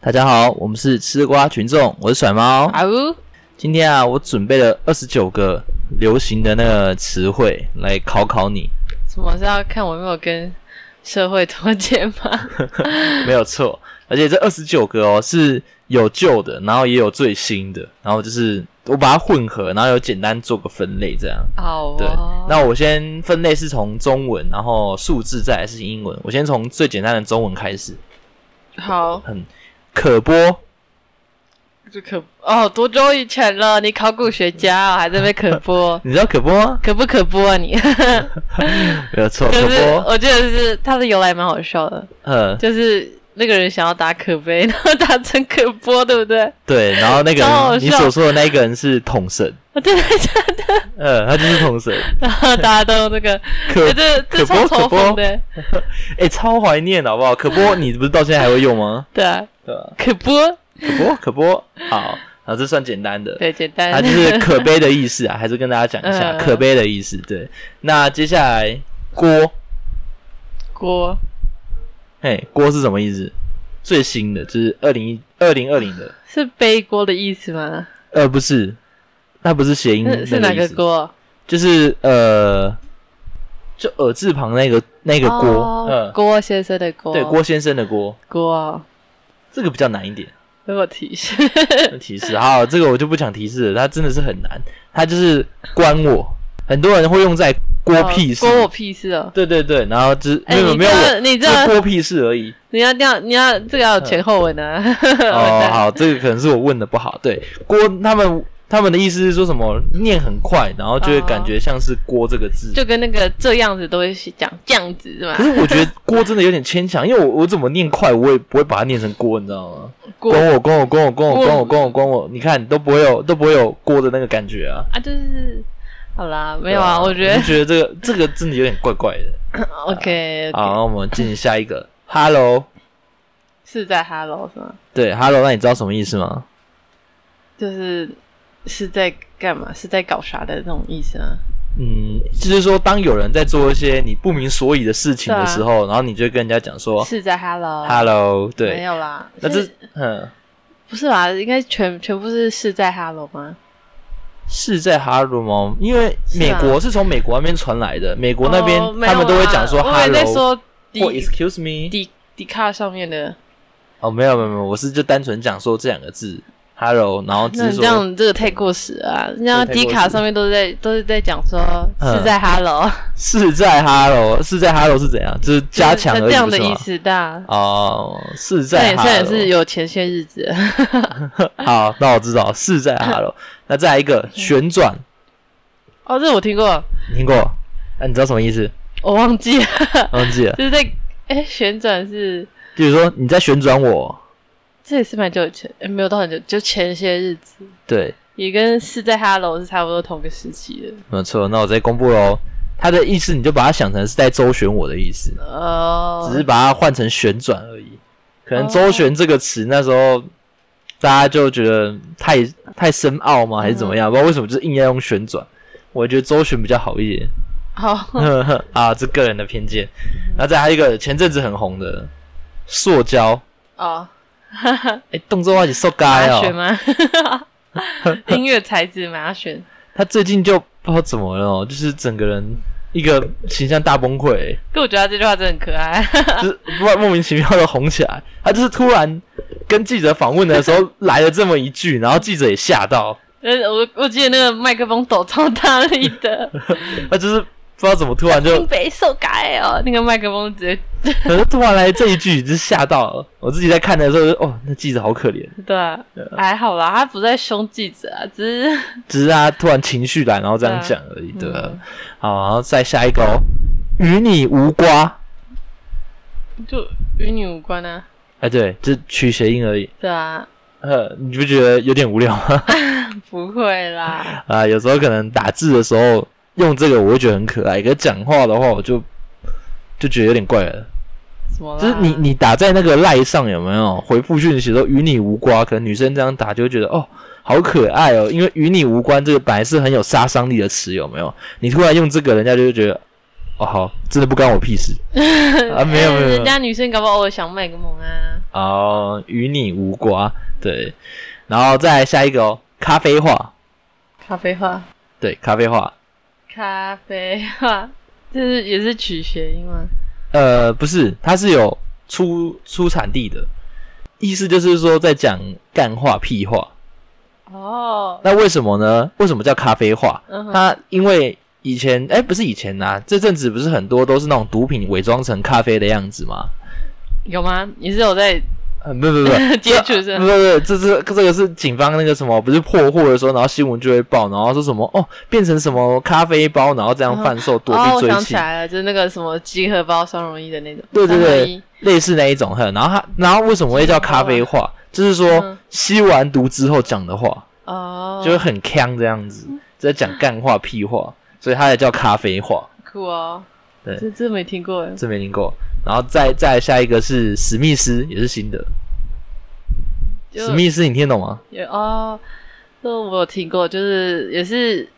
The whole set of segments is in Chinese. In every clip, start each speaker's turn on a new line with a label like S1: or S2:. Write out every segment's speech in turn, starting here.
S1: 大家好，我们是吃瓜群众，我是甩猫。
S2: 啊呜！
S1: 今天啊，我准备了二十九个流行的那个词汇来考考你，
S2: 什么是要看我有没有跟社会脱节 吗？
S1: 没有错。而且这二十九个哦是有旧的，然后也有最新的，然后就是我把它混合，然后有简单做个分类这样。
S2: 好
S1: 对
S2: 哦，，
S1: 那我先分类是从中文，然后数字再来是英文。我先从最简单的中文开始，
S2: 好，
S1: 很可播，
S2: 这可哦，多久以前了？你考古学家、哦、还在那边可
S1: ，
S2: 播
S1: 你知道可播吗？
S2: 可不可播啊你？
S1: 没有错，可
S2: 就是
S1: 播，
S2: 我记得是它的由来蛮好笑的，
S1: 呃，
S2: 就是那个人想要打可悲， 然后打成可播，对不对？
S1: 对。然后那个
S2: 超好
S1: 人，你
S2: 笑
S1: 所说的那个人是统神，
S2: 啊对对对，
S1: 呃，他就是统 神。
S2: 然后大家都用这个，
S1: 可
S2: 哎，这
S1: 可
S2: 这
S1: 播
S2: 超
S1: 可
S2: 嘲
S1: 播
S2: 讽的，
S1: 哎、超怀念的好不好？可播，你不是到现在还会用吗？
S2: 对啊，
S1: 对吧？
S2: 可播，
S1: 可播，可播，好，啊，这算简单的。
S2: 对，简单，
S1: 它就是可悲的意思啊， 还是跟大家讲一下、
S2: 嗯
S1: 可悲的意思。对，那接下来锅，
S2: 锅
S1: 嘿，锅是什么意思？最新的就是二零一二零二零的，
S2: 是背锅的意思吗？
S1: 呃，不是，那不是谐音
S2: 是是
S1: 嗯那
S2: 哪
S1: 个意
S2: 个
S1: 思？
S2: 锅？
S1: 就是呃，就耳字旁那个那个锅，
S2: 哦
S1: 嗯、
S2: 郭先生的郭，
S1: 对，郭先生的郭，
S2: 郭，
S1: 这个比较难一点。
S2: 给我提示，
S1: 提示，好，这个我就不讲提示了，它真的是很难，它就是关我，很多人会用在锅屁事，
S2: 郭哦我屁事哦。
S1: 对对对，然后就是没
S2: 哎，
S1: 有
S2: 你
S1: 没
S2: 这
S1: 有
S2: 样
S1: 我，
S2: 你这
S1: 就
S2: 样
S1: 锅屁事而 已。
S2: 你要这样，你要这个要有前后文啊。
S1: 哦，
S2: 哦，
S1: 好，这个可能是我问的不好，对，锅他们他们的意思是说什么念很快，然后就会感觉像是锅这个字。
S2: 就跟那个这样子都会讲这样子是吧
S1: 可？是我觉得锅真的有点牵强，因为我我怎么念快，我也不会把它念成锅，你知道吗？
S2: 郭
S1: 关我关我关我关我关我关我关我，你看都不会有都不会有锅的那个感觉啊。
S2: 啊，就是好啦，没
S1: 没
S2: 有啊，我觉得
S1: 觉得这个这个真的有点怪怪的。
S2: OK，
S1: 好，那我们进行下一个。Hello，
S2: 是在 Hello 是吗？
S1: 对，Hello，那你知道什么意思吗？
S2: 就是是在干嘛？是在搞啥的那种意思啊？
S1: 嗯，就是说，当有人在做一些你不明所以的事情的
S2: 对啊
S1: 时候，然后你就跟人家讲说
S2: 是在 Hello。
S1: “Hello”，
S2: 没
S1: 对，
S2: 有啦，
S1: 那这
S2: 是
S1: 嗯
S2: 不是吧？应该全全部是是在 Hello 吗？
S1: 是在 “Hello” 吗？因为
S2: 是
S1: 美
S2: 啊
S1: 国是从美国那边传来的，美国那边
S2: 哦没有
S1: 他们都会讲说
S2: 啦我也在
S1: “Hello”
S2: 说
S1: 或
S2: 迪
S1: “Excuse me”。
S2: 迪迪卡上面的，
S1: 哦，没有没有没有，我是就单纯讲说这两个字 “Hello”，然后只
S2: 那
S1: 是
S2: 你
S1: 说
S2: 这样这个太过时了啊！人家
S1: 这个太过
S2: 迪
S1: 时
S2: 卡上面都是在都是在讲说
S1: 嗯
S2: 是在 Hello，
S1: 是在 “Hello”，是在 “Hello” 是怎样？就是加强
S2: 就是
S1: 而
S2: 这
S1: 已，
S2: 样
S1: 不
S2: 的
S1: 是吗
S2: 意思的。
S1: 哦，是
S2: 这
S1: 在
S2: 也
S1: 哈
S2: 算
S1: 喽。
S2: 也是有前些日子
S1: 好，那我知道是在哈喽。那再来一个旋转，
S2: 哦，这我听过，
S1: 你听过？那、啊你知道什么意思？
S2: 我忘记 了，
S1: 忘记 了。
S2: 就是在哎旋转是
S1: 比如说你在旋转我，
S2: 这也是蛮久以前，哎没有到很久，就前些日子
S1: 对，
S2: 也跟是在 Hello 是差不多同个时期的。
S1: 没有错。那我再公布喽。它的意思你就把它想成是在周旋我的意思，
S2: 哦，
S1: 只是把它换成旋转而已。可能
S2: 哦
S1: 周旋这个词那时候大家就觉得太太深奥吗，还是怎么样？
S2: 嗯
S1: 不知道为什么就是硬要用旋转。我觉得周旋比较好一点。
S2: 好
S1: 啊，这个人的偏见。然后再还有一个前阵子很红的塑胶，
S2: 哦，
S1: 哎，动作化你受该
S2: 麻选
S1: 哦。
S2: 吗？ 音乐才子麻选，
S1: 他最近就不知道怎么了哦，就是整个人一个形象大崩溃，
S2: 可我觉得他这句话真的很可爱。
S1: 就是不知道莫名其妙的红起来。他就是突然跟记者访问的时候来了这么一句，然后记者也吓到，
S2: 呃，我我记得那个麦克风抖超大力 的，
S1: 他就是不知道怎么突然就
S2: 东北受改哦，那个麦克风直接
S1: 可是突然来这一句，就是吓到了。我自己在看的时候就，哦，那记者好可怜。
S2: 对啊，还好啦，他不在凶记者啊，只是
S1: 只是他突然情绪来，然后这样讲而已，对吧？好，然后再下一个哦，与你无瓜。
S2: 就与你无关啊，
S1: 哎，对，这取谐音而已。
S2: 对啊，
S1: 呃，你不觉得有点无聊吗？
S2: 不会啦，
S1: 啊，有时候可能打字的时候用这个，我会觉得很可爱；，可是讲话的话，我就就觉得有点怪了。
S2: 怎么啦？
S1: 就是你你打在那个赖上有没有回复讯息的时候，与你无瓜，可能女生这样打就会觉得哦，好可爱哦，因为与你无关这个本来是很有杀伤力的词，有没有？你突然用这个，人家就会觉得哦，好，真的不干我屁 事啊，没有没有，没有
S2: 哎人家女生搞不好偶尔想卖个萌啊。
S1: 哦，与你无瓜。对，然后再来下一个哦，咖啡话。
S2: 咖啡话，
S1: 对，咖啡话。
S2: 咖啡话，这是也是取谐音吗？
S1: 呃，不是，它是有出出产地的，意思就是说在讲干话、屁话。
S2: 哦，
S1: 那为什么呢？为什么叫咖啡话？
S2: 嗯哼，
S1: 它因为以前，哎，不是以前呐、这阵子不是很多都是那种毒品伪装成咖啡的样子吗？
S2: 有吗？你是 有在
S1: 呃，不不不，
S2: 接触是
S1: 不不
S2: 吗？
S1: 不，这是这个是警方那个什么，不是破获的时候，然后新闻就会报，然后说什么哦，变成什么咖啡包，然后这样贩售，躲
S2: 哦，
S1: 避
S2: 我
S1: 追
S2: 想起
S1: 缉，
S2: 来了，就是那个什么集合包双容一的那种，
S1: 对对
S2: 三合一
S1: 对，，类似那一种哼。然后他，然后为什么会叫咖啡话？就是说
S2: 嗯
S1: 吸完毒之后讲的话，
S2: 哦，
S1: 就是很呛这样子，在讲干话屁话，所以它也叫咖啡话。
S2: 酷哦，
S1: 对
S2: 这这没听过耶，
S1: 这没听过。然后再再下一个是史密斯，也是新的。
S2: 就
S1: 史密斯，你听得懂吗？
S2: 有哦，这我有听过，就是也是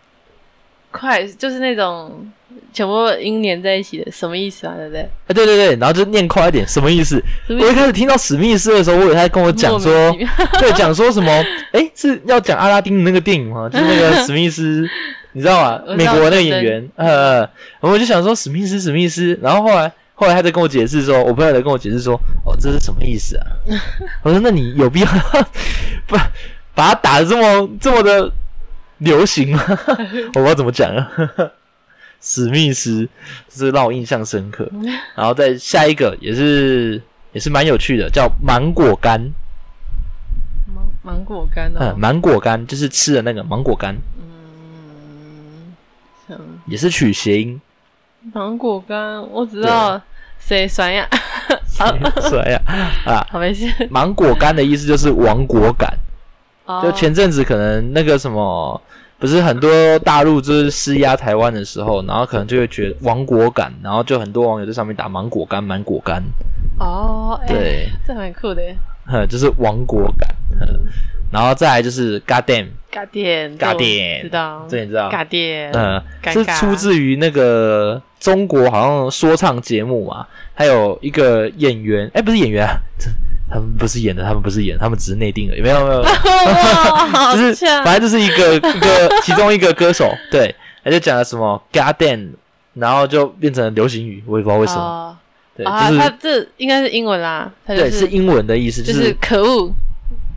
S2: 快，就是那种全部音连在一起的，什么意思啊？对不对？
S1: 啊，对对对，然后就念快一点，什么意思？
S2: 什么
S1: 我
S2: 意
S1: 一
S2: 思
S1: 开始听到史密斯的时候，我以为他跟我讲说
S2: 莫名其，妙
S1: 对，讲说什么？诶，是要讲阿拉丁的那个电影吗？就是那个史密斯，你知道吗？
S2: 我
S1: 美
S2: 知道
S1: 国那个演员，呃，然后我就想说史密斯，史密斯，然后后来后来他在跟我解释说，我朋友在跟我解释说，哦，这是什么意思啊？ 我说那你有必要把把它打的这么这么的流行吗？ 我不知道怎么讲啊。 史密斯，这是让我印象深刻。然后再下一个也是也是蛮有趣的，叫芒果干。
S2: 芒芒果干哦
S1: 嗯，，芒果干就是吃的那个芒果干，
S2: 嗯，嗯
S1: 也是取谐音。
S2: 芒果干，我知道
S1: 啊
S2: 谁酸呀，
S1: 所以啊啊，
S2: 好没事，
S1: 芒果干的意思就是亡国感。
S2: 哦
S1: 就前阵子可能那个什么，不是很多大陆就是施压台湾的时候，然后可能就会觉得亡国感，然后就很多网友在上面打芒果干、芒果干，
S2: 哦，哎，
S1: 对，
S2: 这蛮酷的耶，
S1: 呵，就是亡国感。呵然后再来就是 goddamn，
S2: 嘎电，
S1: 嘎
S2: 这我
S1: 电
S2: 知道，
S1: 这你知道？
S2: 嘎电，
S1: 嗯，
S2: 尴
S1: 是
S2: 尬啊
S1: 出自于那个中国好像说唱节目嘛，还有一个演员，哎，不是演员啊，这他们不是演的，他们不是演，他们只是内定而已，没有没有，没有
S2: 哇，好
S1: 就是
S2: 像
S1: 反正就是一 个一个其中一个歌手，对，他就讲了什么 God damn，然后就变成流行语，我也不知道为什么，
S2: 哦
S1: 对，
S2: 啊，
S1: 就
S2: 他
S1: 是
S2: 这应该是英文啦，他就
S1: 对是
S2: 是
S1: 英文的意思，就
S2: 就是
S1: 是
S2: 可恶，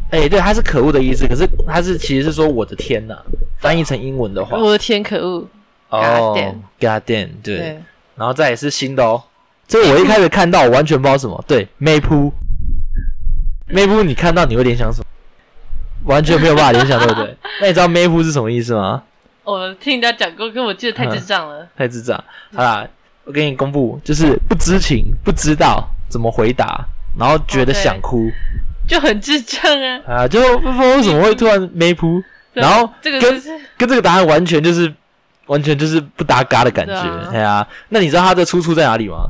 S1: 哎、对，它是可恶的意思，可是它是其实是说我的天呐、翻译成英文的话，
S2: 我的天，可恶，
S1: 哦
S2: goddamn
S1: ，God damn，对。
S2: 对，
S1: 然后再也是新的哦。这个我一开始看到，我完全不知道什么。对，Maple，Maple，你看到你会联想什么？完全没有办法联想，对不 对？那你知道 Maple 是什么意思吗？
S2: 我哦听人家讲过，可我记得
S1: 嗯
S2: 太智障了，
S1: 太智障！好啦，我给你公布，就是不知情，不知道怎么回答，然后觉得
S2: 哦对
S1: 想哭
S2: 就很智障啊。
S1: 啊、就不知道为什么会突然 Maple，
S2: 对
S1: 然后
S2: 这个
S1: 跟
S2: 就是
S1: 跟这个答案完全就是完全就是不搭嘎的感觉。
S2: 对啊
S1: 哎呀、那你知道它的出处在哪里吗？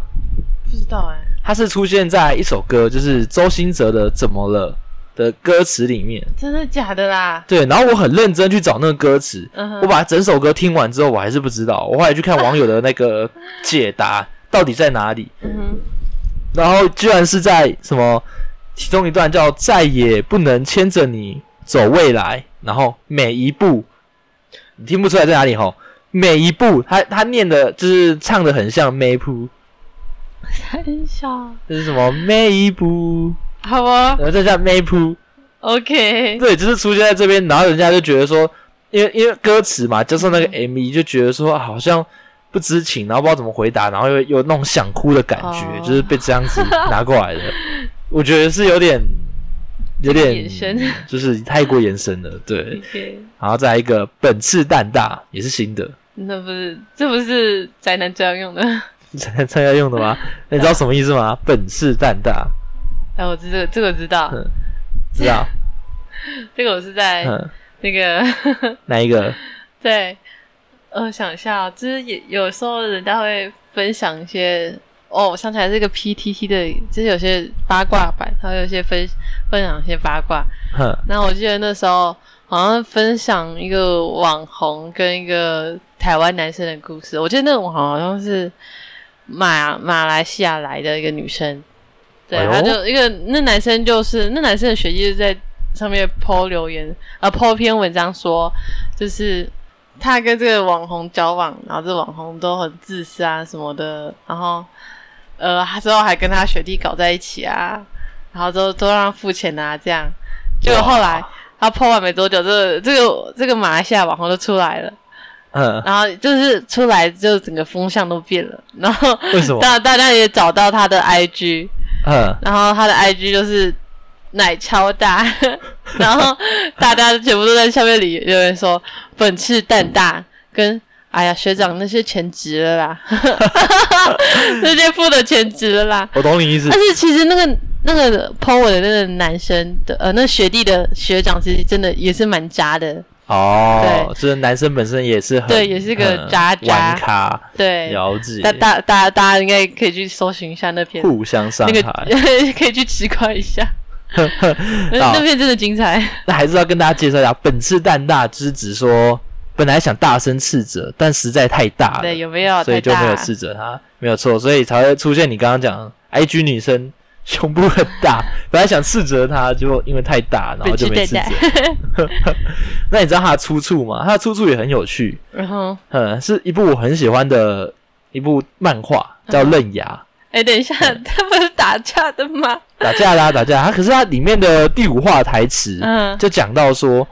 S2: 不知道哎，
S1: 它是出现在一首歌，就是周兴哲的《怎么了》的歌词里面。
S2: 真的假的啦？
S1: 对，然后我很认真去找那个歌词，
S2: 嗯哼
S1: 我把整首歌听完之后，我还是不知道。我后来去看网友的那个解答到底在哪里，
S2: 嗯哼，
S1: 然后居然是在什么其中一段叫“再也不能牵着你走未来”，然后每一步你听不出来在哪里吼，每一步他他念的就是唱的很像 Maple，
S2: 很小，
S1: 就是什么每一步，
S2: 好哦
S1: 然后再加 Maple。
S2: ，OK，
S1: 对，就是出现在这边，然后人家就觉得说，因为因为歌词嘛，加上那个
S2: 嗯
S1: MV，就觉得说啊好像不知情，然后不知道怎么回答，然后又有那种想哭的感觉，
S2: 哦
S1: 就是被这样子拿过来的， 我觉得是有点有点
S2: 眼神，
S1: 就是太过延伸了， 对。
S2: ，OK，
S1: 然后再来一个本次蛋大也是新的，
S2: 那不是这不是宅男最要用的， 啊
S1: 参参加用的吗？那你知道什么意思吗？本次蛋大，
S2: 哎，我知这个这个我知道，
S1: 嗯知道？
S2: 这个我是在
S1: 嗯，
S2: 那个
S1: 哪一个？
S2: 对，呃，想一下哦，就是也有时候人家会分享一些，哦，我想起来这个 PTT 的，就是有些八卦版，它会有一些分分享一些八卦。
S1: 哼，
S2: 那我记得那时候好像分享一个网红跟一个台湾男生的故事，我记得那个网红好像是马马来西亚来的一个女生，对，
S1: 哎呦
S2: 她就一个那男生就是那男生的学弟就在上面 PO 留言啊、呃、，PO 篇文章说，就是他跟这个网红交往，然后这网红都很自私啊什么的，然后呃，他之后还跟他学弟搞在一起啊，然后都都让他付钱啊这样，结果后来他 PO 完没多久，这个这个这个马来西亚网红就出来了。
S1: 嗯，
S2: 然后就是出来就整个风向都变了，然后
S1: 为什么
S2: 大大家也找到他的 IG，
S1: 嗯，
S2: 然后他的 IG 就是奶超大， 然后大家全部都在下面里留言说本次蛋大跟。哎呀，学长那些全值了啦， 那些付的全值了啦。
S1: 我懂你意思
S2: 但。是其实那个那个 PO 我的那个男生的呃，那学弟的学长，其实真的也是蛮渣的，
S1: 哦，就是男生本身也是很
S2: 对也是个
S1: 嗯
S2: 渣渣
S1: 玩咖，
S2: 对。
S1: 了解，
S2: 大大大家大家应该可以去搜寻一下那 篇，
S1: 互相伤
S2: 那个
S1: 害。
S2: 可以去直观一下，那
S1: 好
S2: 那篇真的精彩。
S1: 那还是要跟大家介绍一下，本次蛋大之子说，本来想大声斥责，但实在太大
S2: 对，
S1: 了，
S2: 有没有？
S1: 所以就
S2: 太大
S1: 没有斥责他，没有错，所以才会出现你刚刚讲 IG 女生胸部很大， 本来想斥责她，结果因为太大，然后就没斥责。 那你知道她的出处吗？她的出处也很有趣，
S2: 然后，
S1: 嗯，是一部我很喜欢的一部漫
S2: 嗯
S1: 画，叫《刃牙》。
S2: 哎，等一下，他不是打架的吗？
S1: 打架啦、打架！它可是它里面的第五话台词，
S2: 嗯
S1: 就讲到说，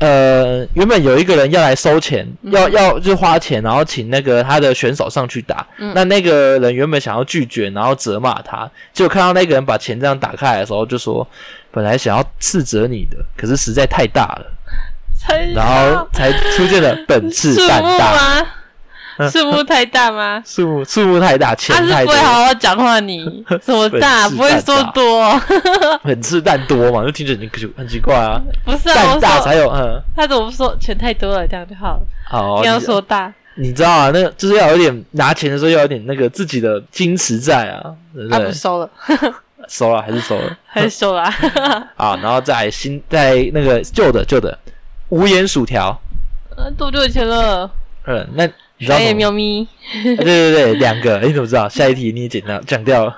S1: 呃，原本有一个人要来收钱，
S2: 嗯
S1: 要要就花钱，然后请那个他的选手上去打。
S2: 嗯
S1: 那那个人原本想要拒绝，然后责骂他，结果看到那个人把钱这样打开来的时候，就说本来想要斥责你的，可是实在太大了，
S2: 才
S1: 然后才出现了本 次
S2: 树
S1: 蛋
S2: 木
S1: 大，？
S2: 吗？树木太大 吗
S1: 数目数目太大，钱
S2: 他是
S1: 太
S2: 不
S1: 多
S2: 会，好好讲 话，你什么大
S1: 本事
S2: 不会说
S1: 蛋大
S2: 多，
S1: 本次蛋多嘛，就听着很奇很奇怪啊，
S2: 不是啊？
S1: 蛋
S2: 我
S1: 大
S2: 说
S1: 才有嗯。
S2: 他怎么不说钱太多了，这样就好了，
S1: 好，
S2: 不要
S1: 你
S2: 说大。
S1: 你知道啊，那就是要有点拿钱的时候要有点那个自己的矜持在啊，对不
S2: 他
S1: 对
S2: 不？收 了，
S1: 收了还是收了
S2: 还是收 了啊。
S1: 啊，然后再新再那个旧的旧的无盐薯条，
S2: 呃多久以前了？
S1: 嗯，那你知道
S2: 哎，
S1: 什么？
S2: 喵咪，
S1: 啊对对对，两个，哎你怎么知道？下一题你也讲到讲掉了，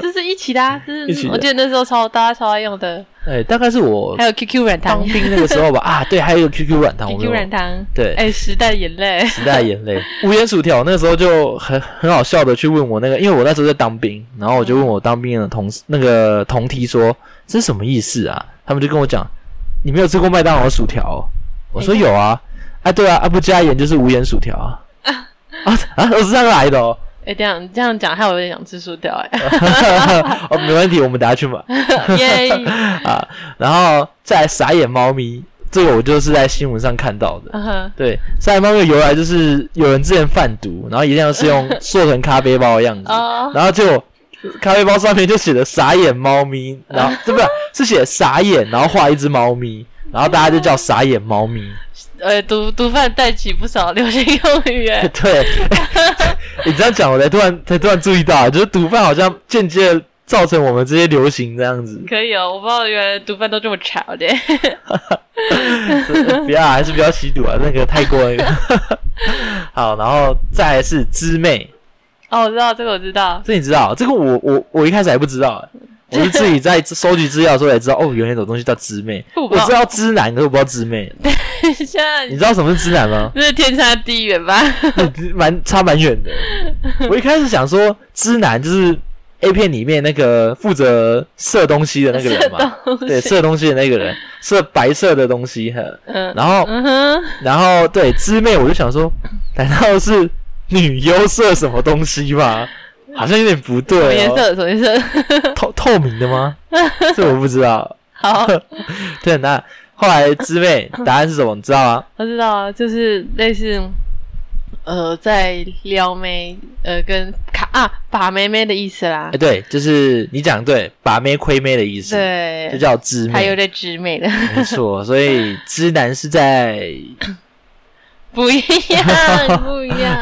S2: 这是一起的、啊，这
S1: 一
S2: 是
S1: 起的
S2: 我记得那时候超大家超爱用的，
S1: 哎，大概是我
S2: 还有 QQ 软
S1: 当
S2: 糖
S1: 兵那个时候吧，啊，对，还有一个 QQ 软糖，我没
S2: ，QQ
S1: 有
S2: 软糖，
S1: 对
S2: 哎、时代的眼泪，
S1: 时代眼泪，无盐薯条那时候就很很好笑的去问我那个，因为我那时候在当兵，然后我就问我当兵的同事那个同梯说这是什么意思啊？他们就跟我讲，你没有吃过麦当劳的薯条哦、我说有啊，啊对啊，啊不加盐就是无盐薯条啊，啊啊我是这样来的哦，
S2: 哎、这样这样讲，害我有点想吃薯条、哎，
S1: 哦没问题，我们等下去买。
S2: 耶，
S1: 啊，然后再来傻眼猫咪，这个我就是在新闻上看到的，
S2: 嗯哼
S1: 对，沙眼猫咪的由来就是有人之前贩毒，然后一定要是用做成咖啡包的样子，
S2: 哦
S1: 然后就咖啡包上面就写了“傻眼猫咪”，然后对不对？是写“傻眼”，然后画一只猫咪，然后大家就叫“傻眼猫咪
S2: 呃，毒毒贩带起不少流行用语、”。哎，
S1: 对， 你这样讲，我才突然才突然注意到，就是毒贩好像间接地造成我们这些流行这样子。
S2: 可以哦，我不知道原来毒贩都这么潮的、
S1: 不要啊，还是不要吸毒啊，那个太过那个。 好，然后再来是知妹。
S2: 哦，我知道这个，我知道，
S1: 这你知道？这个我我我一开始还不知道、欸，我是自己在收集资料的时候才知道，哦，原来有东西叫知妹。
S2: 我不
S1: 我
S2: 知道
S1: 知道知男，可是我不知道知 妹。
S2: 现在
S1: 你知道什么是知男
S2: ？
S1: 吗
S2: 这是天差地远吧？
S1: 蛮差蛮远的。我一开始想说知男就是 A 片里面那个负责射东西的那个人嘛，
S2: 东西
S1: 对，射东西的那个人，射白色的东西。呵
S2: 嗯
S1: 然后
S2: 嗯哼，
S1: 然后对知妹，我就想说，难道是女优射什么东西吗？好像有点不对、
S2: 什么
S1: 哦。
S2: 颜色？什么颜色？
S1: 透透明的吗？这我不知道。
S2: 好，
S1: 对，那后来知 妹答案是什么？你知道吗？
S2: 我知道啊，就是类似，呃，在撩妹，呃，跟卡啊把妹妹的意思啦
S1: 哎、。对，就是你讲对，把妹亏妹的意思，就
S2: 对，
S1: 叫知
S2: 还有
S1: 妹。
S2: 点直 美的，
S1: 没错，所以知男是在，
S2: 不一样，不一样，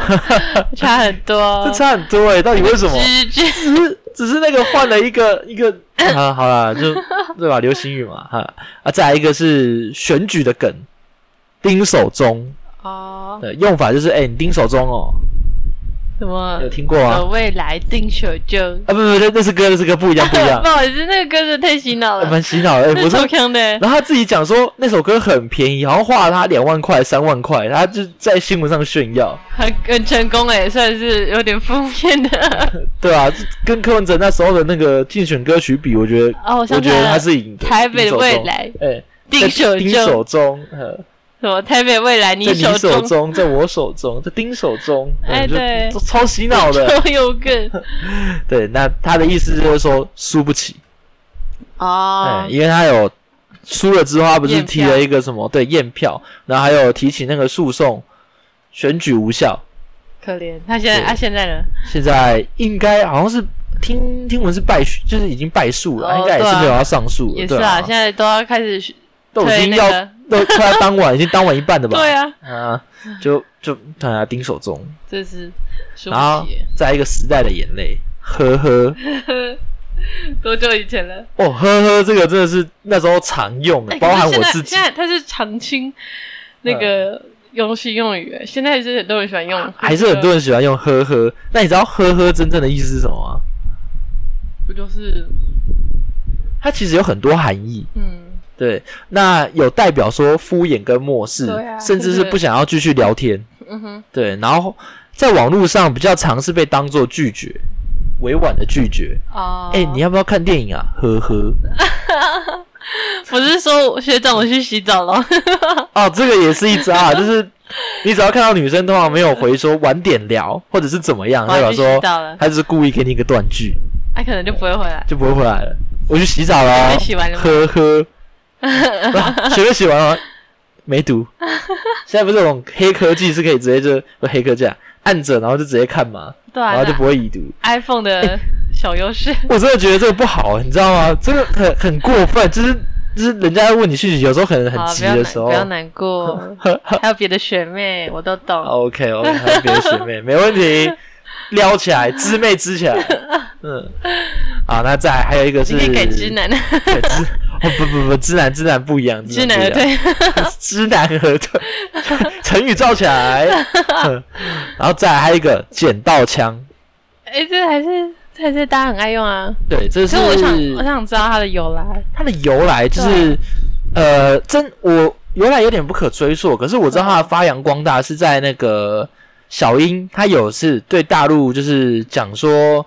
S2: 差很多
S1: 这。差很多哎、到底为什么？
S2: 直直
S1: 只是只是那个换了一个一个啊，好啦，就对吧？流行语嘛，哈啊，再来一个是选举的梗，丁守中
S2: 哦，
S1: 的用法就是，哎、你丁守中哦，
S2: 什么
S1: 有听过
S2: 呃
S1: 啊？
S2: 未来定雪就。啊
S1: 啊，不不，那那是歌，那是歌，不一样，不 一样
S2: 不，好意思，那个歌真的太洗脑
S1: 哎
S2: 了，
S1: 蛮洗脑的。哎
S2: 那
S1: 我说
S2: 超，强的欸。
S1: 然后他自己讲说那首歌很便宜，好像花了他两万块、三万块，他就在新闻上炫耀，
S2: 很很成功哎，算是有点负 面的。
S1: 对啊，这跟柯文哲那时候的那个竞选歌曲比，我觉得，
S2: 哦，我
S1: 我
S2: 想起
S1: 觉
S2: 来
S1: 得
S2: 了，
S1: 他是赢的。
S2: 台北的未
S1: 赢
S2: 来
S1: 手中，哎，
S2: 丁
S1: 在
S2: 守
S1: 丁
S2: 中
S1: 手中，呃
S2: 什么台北未来你
S1: 在你 手
S2: 中
S1: 中，在我手中，在丁手中，
S2: 哎
S1: 嗯就
S2: 对
S1: 都超洗脑的。
S2: 都有梗
S1: 对，那他的意思就是说输不起，
S2: 哦
S1: 哎，，因为他有输了之后，他不是
S2: 验
S1: 提
S2: 票
S1: 了一个什么对验票，然后还有提起那个诉讼，选举无效。
S2: 可怜他现在
S1: 对
S2: 啊现在呢？
S1: 现在应该好像是听听闻是败诉，就是已经败诉了，
S2: 哦
S1: 应该也
S2: 对
S1: 是
S2: 啊
S1: 没有要上诉
S2: 也
S1: 了，
S2: 是
S1: 对
S2: 啊，
S1: 啊
S2: 现，在都要开始
S1: 都已
S2: 推
S1: 经
S2: 那
S1: 要
S2: 个，
S1: 都快要当晚， 已经当完一半了吧？
S2: 对啊，
S1: 啊，就就对啊，丁守中，
S2: 这是输
S1: 然后
S2: 不起
S1: 在一个时代的眼泪，呵呵，
S2: 欸，多久以前了？
S1: 哦呵呵，这个真的是那时候常用的，
S2: 哎
S1: 包含
S2: 可是
S1: 我
S2: 现在
S1: 自己嗯
S2: 现，在它是常青那个用是用语欸，现在是很多人喜欢用，
S1: 啊还是很多人喜欢用呵呵。那你知道呵呵真正的意思是什么吗？
S2: 不就是
S1: 它其实有很多含义，
S2: 嗯
S1: 对，那有代表说敷衍跟漠视，
S2: 对啊
S1: 甚至是不想要继续聊天。
S2: 嗯哼
S1: 对，然后在网络上比较常是被当做拒绝，委婉的拒绝。
S2: 啊，
S1: 哎、你要不要看电影啊？呵呵。
S2: 不是说 我学长我去洗澡了，
S1: 哦，这个也是一招啊，就是你只要看到女生通常没有回说晚点聊，或者是怎么样，
S2: 我
S1: 代
S2: 要
S1: 表
S2: 去哦洗
S1: 说
S2: 澡了，
S1: 她就是故意给你一个断句，
S2: 他可能就不会回来。
S1: 就不会回来了。我去洗澡了哦
S2: 你，洗完了吗
S1: 呵呵。啊学妹洗完了吗，没读。现在不是有种黑科技是可以直接就不是黑科技、啊，按着然后就直接看嘛，
S2: 对
S1: 然
S2: 啊
S1: 后就不哎会已读。
S2: 那，iPhone 的小优势，
S1: 我真的觉得这个不好，你知道吗？这个很很过分，就是就是人家问你讯息，有时候可能
S2: 好啊
S1: 很急
S2: 不要
S1: 的
S2: 难
S1: 时候
S2: 不。要难 过，还有别的学妹我都懂。
S1: OK OK，还有别的学妹，没问题，撩起来，知妹知起来。 嗯，好，那再来还有一个是
S2: 你可以改直， 男，
S1: 对知哦不不不，知男知男不一样，
S2: 直
S1: 不
S2: 男
S1: 一
S2: 的
S1: 样
S2: 对，
S1: 知难而退，成语造起来。嗯然后再来还有一个捡到枪，
S2: 哎，这还是这还是大家很爱用啊。
S1: 对，这是
S2: 可是我想我想知道它的由来，
S1: 它的由来就是，呃，真我由来有点不可追溯，可是我知道它的发扬光大是在那个小英，他有是对大陆就是讲说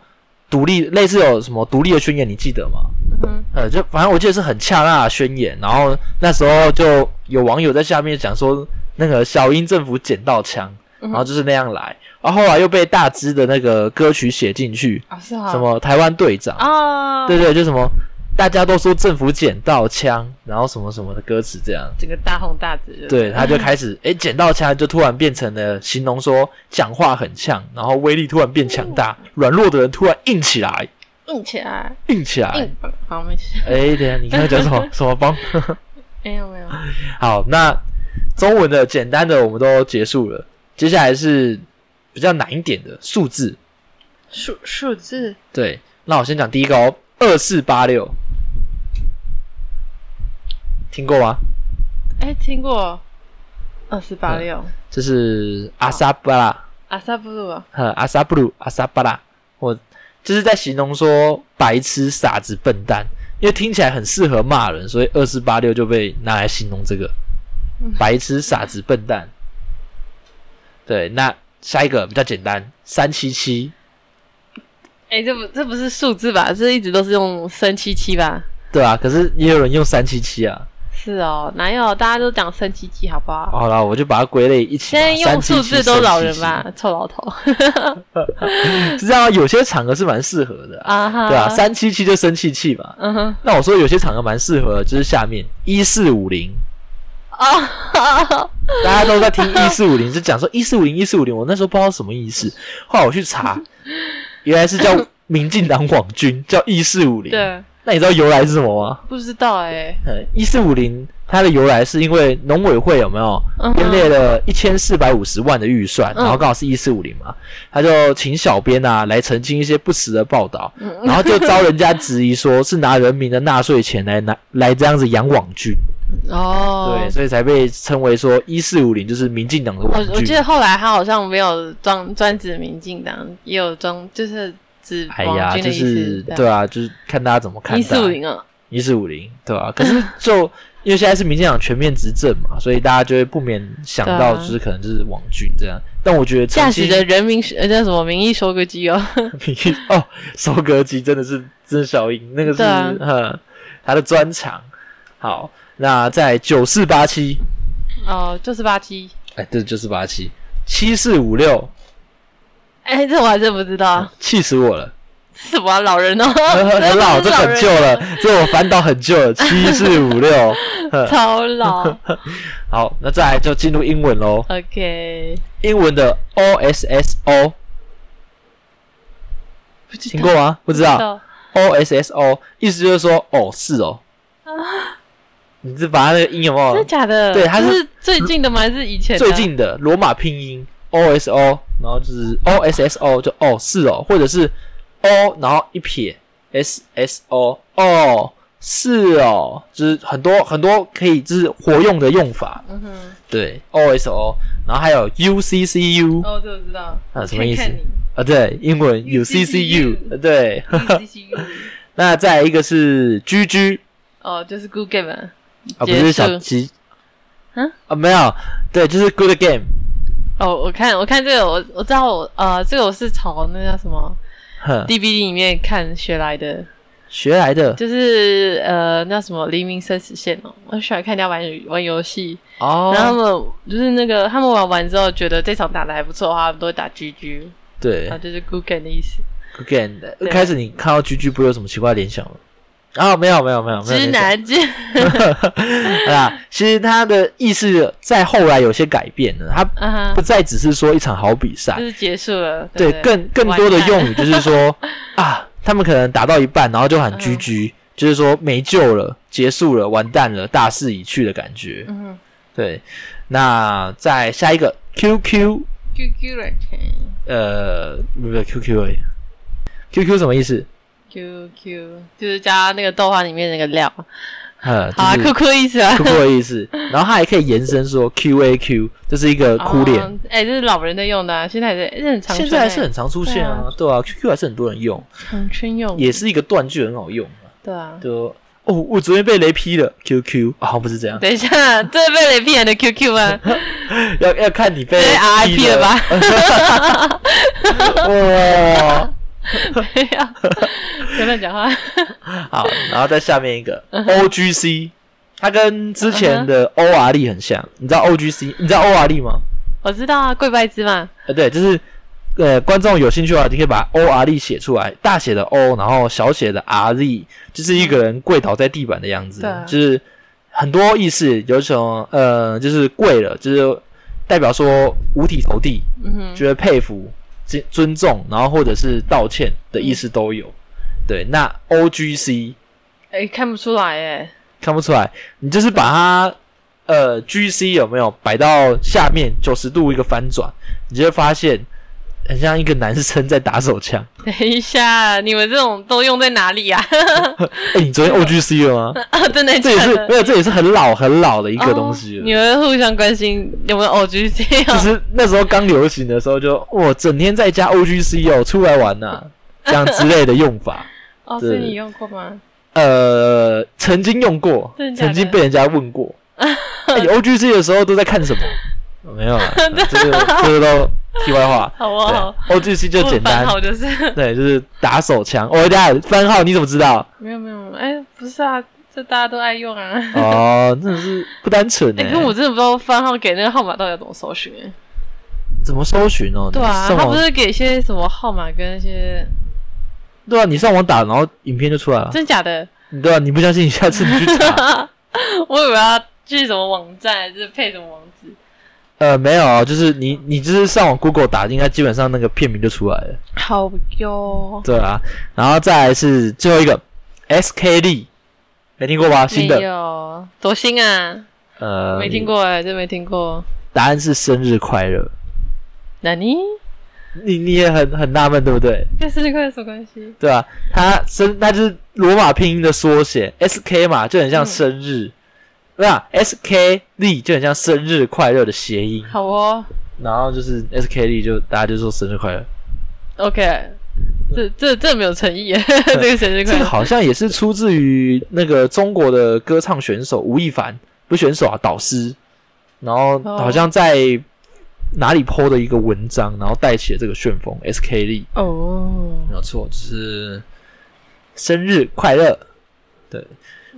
S1: 独立，类似有什么独立的宣言，你记得吗？
S2: 嗯哼，
S1: 呃，就反正我记得是很恰当的宣言，然后那时候就有网友在下面讲说，那个小英政府捡到枪，
S2: 嗯
S1: 然后就是那样来，然后后来又被大支的那个歌曲写进去，
S2: 啊是啊，
S1: 什么台湾队长。
S2: 啊？
S1: 对对，就什么大家都说政府捡到枪，然后什么什么的歌词这样。
S2: 整个大红大紫的，
S1: 对，他就开始诶，捡到枪就突然变成了形容说讲话很呛，然后威力突然变强大，软弱的人突然硬起来，
S2: 硬起来，
S1: 硬起来
S2: 啊硬。，好没事，
S1: 诶，等一下你刚才讲什么什么帮？
S2: 没有没有，
S1: 好，那中文的简单的我们都结束了，接下来是比较难一点的数字。
S2: 数数字
S1: 对，那我先讲第一个哦，二四八六，听过吗？
S2: 哎，听过二四八六
S1: 这是阿萨巴拉，
S2: 阿萨布鲁，啊
S1: 呃，阿萨布鲁，阿萨巴拉，我就是在形容说白痴、傻子、笨蛋，因为听起来很适合骂人，所以二四八六就被拿来形容这个
S2: 嗯
S1: 白痴、傻子、笨蛋。对，那下一个比较简单，三七七，
S2: 哎，这不这不是数字吧？这一直都是用三七七吧？
S1: 对啊，可是也有人用三七七啊。
S2: 是哦，哪有？大家都讲三七七，好不好？
S1: 好啦，我就把它归类一起
S2: 现
S1: 吧。
S2: 在用数字都老人
S1: 吧？
S2: 吧，臭老头
S1: 是这样啊，有些场合是蛮适合的啊，
S2: 啊哈，
S1: 对啊，三七七就生气气嘛。
S2: 嗯哼，
S1: 那我说有些场合蛮适合的，就是下面一四五零，
S2: 哦，
S1: 大家都在 听一四五零，就讲说一四五零一四五零，我那时候不知道什么意思，后来我去 查，原来是叫民进党网军，叫一四五零。
S2: 对，
S1: 那你知道由来是什么吗？
S2: 不知道哎，
S1: 呃，一四五零它的由来是因为农委会有没有
S2: 嗯
S1: 编
S2: 哼，
S1: 列了一千四百五十万的预算，
S2: 嗯
S1: 然后刚好是一四五零嘛，他就请小编啊来澄清一些不实的报道，
S2: 嗯
S1: 然后就遭人家质疑说是拿人民的纳税钱来拿来这样子养网军，
S2: 哦，
S1: 对，所以才被称为说一四五零就是民进党的
S2: 我
S1: 玩具。
S2: 我记得后来他好像没有专专指民进党，也有专就是指
S1: 哎
S2: 王
S1: 呀，
S2: 军的
S1: 就
S2: 意
S1: 是
S2: 思。
S1: 对啊，就是看大家怎么看。
S2: 一四五，零啊，
S1: 一四五零，对啊。可是就 因为现在是民进党全面执政嘛，所以大家就会不免想到，
S2: 对啊
S1: 就是可能就是王军这样。但我觉得曾
S2: 驾
S1: 经
S2: 驶着人民呃叫什么民意收割机哦，
S1: 哦，收割机真的是真的小英，那个是
S2: 对啊
S1: 呃他的专长。好，那在九四八七，
S2: 哦，就是 八七。
S1: 哎，对，九四八七，七四五六，
S2: 哎，这我还真不知道，
S1: 气死我了！
S2: 什么啊老人哦，
S1: 很 老，这
S2: 真的是
S1: 很
S2: 人哦
S1: 旧了，这我翻到很旧了，七四五六。
S2: 超 老。
S1: 好，那再来就进入英文喽。
S2: OK，
S1: 英文的 O S S O
S2: 不知道
S1: 听过吗？不
S2: 不
S1: 知道哦 O S S O 意思就是说哦是哦，
S2: 啊
S1: 你是把它那个音有没
S2: 真的
S1: 有
S2: 假的？
S1: 对它是
S2: 这是最近的吗？还是以前 的？
S1: 最近的罗马拼音 O S O，然后就是 O S S O 就哦是哦，或者是 O 然后一撇 S S O 哦是哦，就是很多很多可以就是活用的用法，
S2: 嗯哼，
S1: 对 O S O，然后还有 U C C U
S2: 哦，这我知道。
S1: 啊什么意思
S2: 看看
S1: 啊对，英文 U C C U 对，
S2: 你 CCU
S1: 那再一个是 G G
S2: 哦，就是 Good Game 啊。
S1: 啊不是小
S2: 结束
S1: 鸡，
S2: 嗯
S1: 啊没有，对就是 Good Game
S2: 哦，我看我看这个，我我知道我呃，这个我是从那叫什么
S1: 哼
S2: DVD 里面看学来的，
S1: 学来的
S2: 就是呃那什么黎明生死线哦，我喜欢看人家玩玩游戏，
S1: 哦，
S2: 然后他们就是那个他们玩完之后觉得这场打的还不错的话，他们都会打 GG，
S1: 对
S2: 然后就是 Good Game 的意思，
S1: Again，的一
S2: 对
S1: 开始你看到居居不会有什么奇怪的联想吗？啊、没有没有没有没有
S2: 直
S1: 联想。
S2: 男界
S1: 啊，其实他的意思在后来有些改变了，他
S2: 啊哈
S1: 不，再只是说一场好比赛
S2: 就，是结束了，
S1: 对，
S2: 不
S1: 更更多的
S2: 完蛋嗯
S1: 用语就是说 啊，他们可能打到一半，然后就喊居居，就是说没救了，结束了，完蛋了，大势已去的感觉。
S2: 嗯哼
S1: 对，那再下一个 QQ，
S2: ，QQ 来看
S1: 呃，不是 QQ 而已，QQ 什么意思？
S2: ，QQ 就是加那个豆花里面那个料，
S1: 呃，就
S2: 好啊，
S1: 是
S2: 酷酷意思啊
S1: 酷。酷的意思。然后它还可以延伸说 QAQ，这是一个哭脸，
S2: 哦哎、这是老人在用的、啊，现在也是很常、欸、
S1: 现在还是很常出现啊，对啊，QQ 还是很多人用，
S2: 常春用，
S1: 也是一个断句，很好用啊。
S2: 对啊。
S1: 就哦，我昨天被雷劈了，QQ 啊，不是这样，
S2: 等一下，这是被雷劈人的啊 QQ 吗？
S1: 要要看你被
S2: 这是
S1: RIP
S2: RIP 了吧？
S1: 哇，
S2: 没有，别乱讲话。
S1: 好，然后再下面一个 OGC。它跟之前的 O R 力很像，你知道 O G C，你知道 O R 力吗？
S2: 我知道啊，跪拜之嘛，
S1: 呃，对，就是呃，观众有兴趣的话，你可以把 O R D 写出来，大写的 O，然后小写的 R Z，就是一个人跪倒在地板的样子，
S2: 对啊
S1: 就是很多意思，有一种呃，就是跪了，就是代表说五体投地，
S2: 嗯哼，
S1: 觉得佩服、尊尊重，然后或者是道歉的意思都有。
S2: 嗯
S1: 对，那 O G C
S2: 哎、看不出来哎，
S1: 看不出来，你就是把它。呃，G C 有没有摆到下面九十度一个翻转，你就会发现很像一个男生在打手枪。
S2: 等一下，你们这种都用在哪里啊？
S1: 哎、你昨天 O G C 了吗？
S2: 啊真的
S1: 这也
S2: 假
S1: 是
S2: 的？
S1: 没有，这也是很老很老的一
S2: 一
S1: 个东西了。啊
S2: 你们互相关心有没有 OGC
S1: 就
S2: 啊？
S1: 是那时候刚流行的时候就，我整天在家 O G C 哦，出来玩呐、 这样之类的用法。
S2: 哦，是
S1: 对
S2: 你用过吗？
S1: 呃，曾经用过
S2: 真，的假
S1: 曾
S2: 的
S1: 经被人家问 过，哎你 O G C 的时候都在看什么？哦没有 啦，这个这个都题外话。
S2: 好哦，
S1: 对，O G C 就
S2: 我
S1: 简
S2: 很烦
S1: 单，
S2: 好就是。
S1: 对，就是打手枪。哦，等一下番号你怎么知道？
S2: 没有没有，哎、不是啊，这大家都爱用啊。
S1: 哦，真的是不单纯
S2: 哎、
S1: 哎、
S2: 可我真的不知道番号给那个号码到底要怎么搜寻、哎
S1: 怎么搜寻哦？
S2: 对啊，
S1: 你上
S2: 他
S1: 网
S2: 不是给一些什么号码跟一些
S1: 对啊，你上网打，然后影片就出来了。
S2: 真假的？
S1: 对啊，你不相信，你下次你去查。
S2: 我以为要去什么网站，还是配什么网址？
S1: 呃，没有啊，就是你你就是上网 Google 打，应该基本上那个片名就出来了。
S2: 好哟，
S1: 对啊，然后再来是最后一个 SKD，没听过吧？新
S2: 没
S1: 的，
S2: 有多新啊，
S1: 呃，
S2: 没听。过哎、真没听过。
S1: 答案是生日快乐。
S2: 那你
S1: 你你也很很纳闷，对不对？
S2: 跟生日快乐有什么关系？
S1: 对啊，它生它就是罗马拼音的缩写，SK 嘛，就很像生日。没有 S K 力就很像生日快乐的谐音，
S2: 好哦
S1: 然后就是 S K 力就大家就说生日快乐，
S2: ，OK，这这这没有诚意 耶，这个生日快
S1: 这
S2: 乐
S1: 个好像也是出自于那个中国的歌唱选手吴亦凡，不是选手啊，导师，然后
S2: 哦
S1: 好像在哪里 PO 的一个文章，然后带起了这个旋风 SK 力，
S2: 哦，
S1: 没有错，就是生日快乐。对，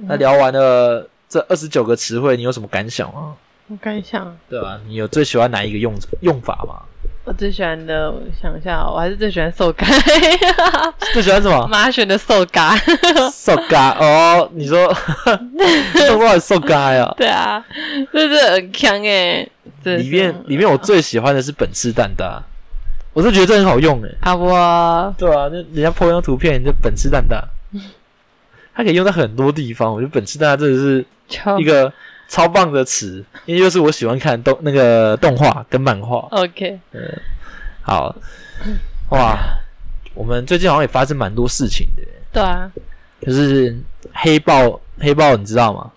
S1: 那
S2: 嗯
S1: 聊完了这二十九个词汇，你有什么感想吗？
S2: 我看一下，
S1: 对吧、你有最喜欢哪一个用用法吗？
S2: 我最喜欢的，我想一下，我还是最喜欢瘦干，
S1: 最喜欢什么？
S2: 马选的瘦 干，
S1: 瘦嘎哦，你 说动画瘦嘎呀？
S2: 对啊，这是很强哎，这是
S1: 里面里面我最喜欢的是本次蛋挞，我是觉得这很好用诶、
S2: 啊我
S1: 对啊，那人家 po 一张图片，就本次蛋 挞，它可以用在很多地方。我觉得本次蛋挞真的是
S2: 就
S1: 一个超棒的词，因为又是我喜欢看的动那个动画跟漫画。
S2: OK，
S1: 好，哇，我们最近好像也发生蛮多事情的、
S2: 对啊，
S1: 就是黑豹，黑豹你知道吗？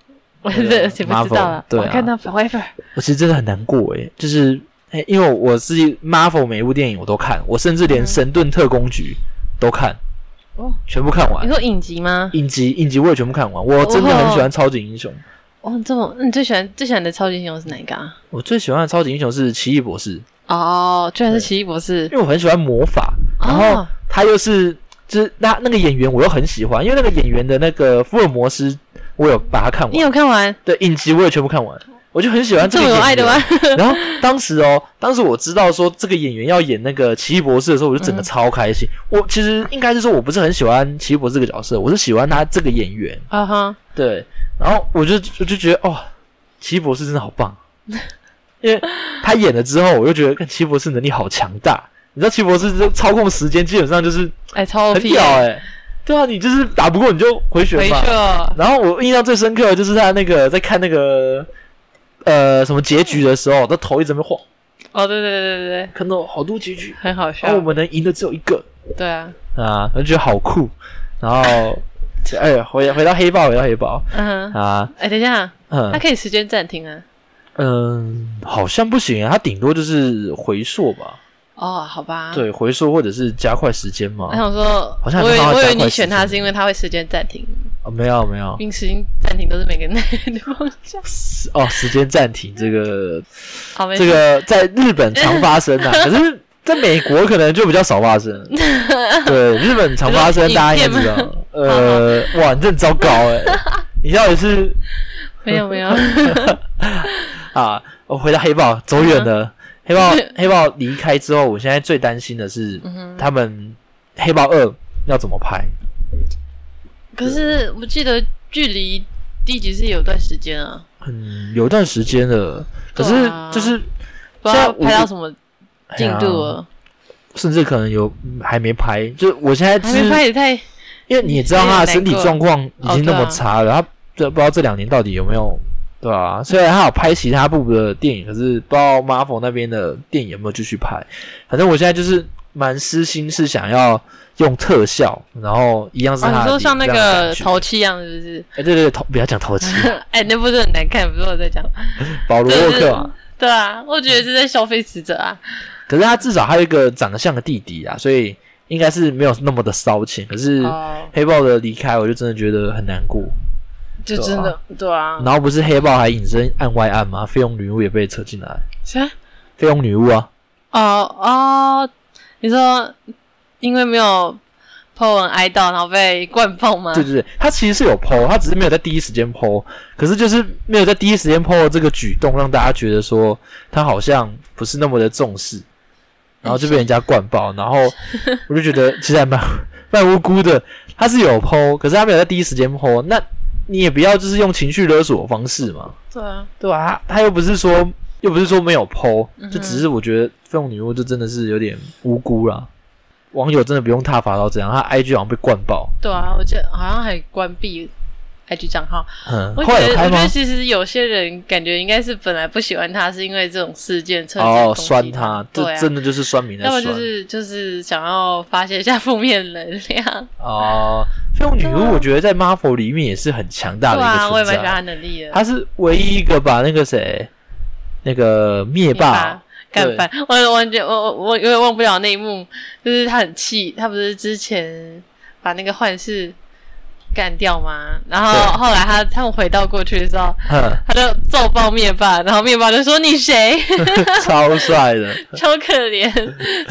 S2: 我 这谁不知道了
S1: 哎 Marvel，，对啊
S2: 我看到 Forever，
S1: 我其实真的很难过诶，就是、诶因为我自己 Marvel 每一部电影我都看，我甚至连《神盾特工局》都看，
S2: 嗯哦
S1: 全部看完
S2: 你。说影集吗？
S1: 影集影集我也全部看完，我真的很喜欢超级英雄。
S2: 哦，这么，那你最喜欢最喜欢的超级英雄是哪一个啊？
S1: 我最喜欢的超级英雄是奇异博士，
S2: 哦，居然是奇异博士
S1: 因为我很喜欢魔法，然后
S2: 哦
S1: 他又是就是那那个演员我又很喜欢，因为那个演员的那个福尔摩斯我有把它看
S2: 你
S1: 完，
S2: 有看完？
S1: 对影集我也全部看完，我就很喜欢这
S2: 这
S1: 个
S2: 么
S1: 演
S2: 有
S1: 员。
S2: 爱的吗？
S1: 然后当时哦，当时我知道说这个演员要演那个奇异博士的时候，我
S2: 嗯
S1: 就整个超开心。我其实应该是说，我不是很喜欢奇异博士这个角色，我是喜欢他这个演员。
S2: 啊哈，
S1: 对，然后我就我就觉得哦，奇异博士真的好棒， 因为他演了之后，我就觉得看奇异博士能力好强大。你知道奇异博士这操控时间基本上就是
S2: 哎，超
S1: 很
S2: OP
S1: 屌哎、对啊，你就是打不过你就回血
S2: 回
S1: 嘛
S2: 去。哦了，
S1: 然后我印象最深刻的就是他那个在看那个呃什么结局的时候，他头一直在那边晃。
S2: 哦，对对对对对，
S1: 看到好多结局，
S2: 很好
S1: 然
S2: 笑
S1: 哦后我，们能赢的只有一个
S2: 对啊，
S1: 啊，我就觉得好酷。然后，哎，回回到黑豹，回到黑豹
S2: 嗯哼，
S1: 啊，
S2: 哎，等一下，它
S1: 嗯
S2: 可以时间暂停啊。
S1: 嗯，好像不行啊，它顶多就是回溯吧，
S2: 哦，好吧，
S1: 对，回溯或者是加快时间嘛
S2: 我。想说，
S1: 好像
S2: 我以为
S1: 还没办法
S2: 我以
S1: 加
S2: 为
S1: 快
S2: 你
S1: 时间
S2: 选它是因为它会时间暂停，
S1: 哦没有没有，
S2: 因为时间暂停都是每个人的方 向。
S1: 哦，时间暂停这个
S2: 好，没
S1: 这
S2: 事，
S1: 个在日本常发生 啊，可是在美国可能就比较少发生。对，日本常发生，
S2: 你说
S1: 大家应该
S2: 影
S1: 知
S2: 片
S1: 道。呃，哇，你真糟糕哎、 你到底是
S2: 没有 没有，
S1: 啊，我回到黑豹走远
S2: 嗯
S1: 了。黑 豹黑豹离开之后，我现在最担心的是
S2: 嗯哼
S1: 他们黑豹二要怎么拍？
S2: 可是我记得距离第几是有段时间啊，
S1: 嗯，有一段时间了，可
S2: 对
S1: 是
S2: 啊
S1: 就是
S2: 不知
S1: 现在
S2: 道
S1: 我
S2: 拍到什么进
S1: 哎
S2: 度啊
S1: 呀
S2: 了，
S1: 甚至可能有嗯还没拍。就我现在
S2: 还
S1: 是
S2: 没拍也太
S1: 因为你也知道他的身体
S2: 有点难过哦啊
S1: 状况已经那么差了，他这不知道这两年到底有没有对啊？虽然他有拍其他部的电影，可是不知道 Marvel 那边的电影有没有继续拍。反正我现在就是蛮私心，是想要用特效，然后一样是他的、
S2: 哦，你说像那
S1: 这样的
S2: 个
S1: 感觉
S2: 头七一样，是不是？
S1: 哎、对对对，头不要讲 头七，
S2: 哎，那部是很难看，不是我在讲。
S1: 保罗沃克嘛。
S2: 对啊，我觉得是在消费死者啊。
S1: 可是他至少还有一个长得像个弟弟啊，所以应该是没有那么的烧钱。可是
S2: 哦，
S1: 黑豹的离开，我就真的觉得很难过。
S2: 就真的对啊。
S1: 然后不是黑豹还隐身案外案吗？菲佣女巫也被扯进来。
S2: 啥？
S1: 菲佣女巫啊，
S2: 啊哦哦，你说因为没有 po 文哀悼，然后被灌爆吗？
S1: 对对对，她其实是有 PO，她只是没有在第一时间 PO，可是就是没有在第一时间 PO 的这个举动，让大家觉得说她好像不是那么的重视，然后就被人家灌爆，然 后我就觉得其实还蛮 蛮无辜的，她是有 PO，可是她没有在第一时间 PO，那你也不要就是用情绪勒索的方式嘛，
S2: 对啊，
S1: 对吧、她她又不是说又不是说没有 PO，
S2: 嗯哼
S1: 就只是我觉得这种女巫就真的是有点无辜啦。网友真的不用踏伐到这样，她 IG 好像被灌爆，
S2: 对啊，我记得好像还关闭 IG 账号。
S1: 嗯，
S2: 我
S1: 后来
S2: 觉
S1: 有
S2: 得，
S1: 开
S2: 我觉
S1: 吗
S2: 得？其实有些人感觉应该是本来不喜欢他，是因为这种事件趁 机
S1: 哦，
S2: 攻击
S1: 酸他，
S2: 对
S1: 这
S2: 啊，
S1: 真的就是酸民在
S2: 要么
S1: 酸。
S2: 就是就是想要发泄一下负面能量。
S1: 哦，飞龙女
S2: 对啊
S1: 巫，我觉得在 Marvel 里面也是很强 大
S2: 对
S1: 的一
S2: 啊，我
S1: 个
S2: 也
S1: 存
S2: 蛮喜欢
S1: 在。
S2: 他能力的。
S1: 她是唯一一个把那个谁，那个灭
S2: 你爸
S1: 霸，
S2: 干
S1: 对
S2: 翻，我我觉我我我永远忘不了那一幕，就是他很气，他不是之前把那个幻视干掉吗？然后
S1: 对
S2: 后来他他们回到过去的时候，
S1: 哼，
S2: 他就揍爆灭霸，然后灭霸就说 你谁，
S1: 超帅 的，
S2: 超可 怜，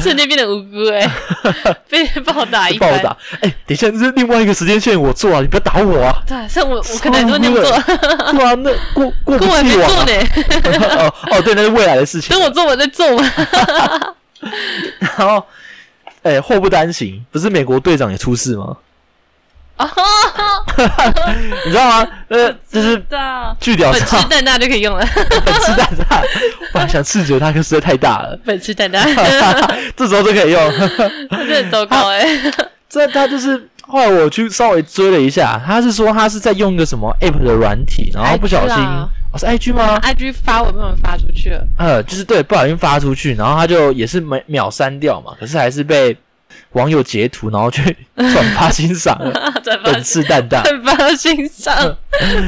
S2: 瞬间变得无辜哎、被暴打一
S1: 暴
S2: 番。！
S1: 打。哎、等一下，这是另外一个时间线，我做啊，你不要打我啊
S2: 对啊，像我我可能都那么做，
S1: 对啊，那过过不
S2: 跟我还没
S1: 去
S2: 做
S1: 欸我、啊。
S2: 呢，
S1: 哦哦，对，那是未来的事情
S2: 等。我做我再 做嘛。
S1: 然后，哎、祸不单行，不是美国队长也出事吗？
S2: 哦，
S1: 你知道吗？呃，就是
S2: 知道，
S1: 据了
S2: 本
S1: 解，
S2: 吃蛋大就可以用了，
S1: 本吃蛋 挞，哇，想斥责他，可实在太大了。
S2: 本吃蛋大。
S1: 这时候就可以用。
S2: 真的很糟糕哎、
S1: 这他就是后来我去稍微追了一下，他是说他是在用一个什么 app 的软体，然后不小心
S2: IG 啦，啊
S1: 我、是 IG 吗？
S2: IG 发我帮我发出去了，
S1: 呃，就是对，不小心发出去，然后他就也是秒秒删掉嘛，可是还是被网友截图，然后去转发欣赏了，
S2: 转发
S1: 本
S2: 欣
S1: 事蛋大。
S2: 转发 欣赏，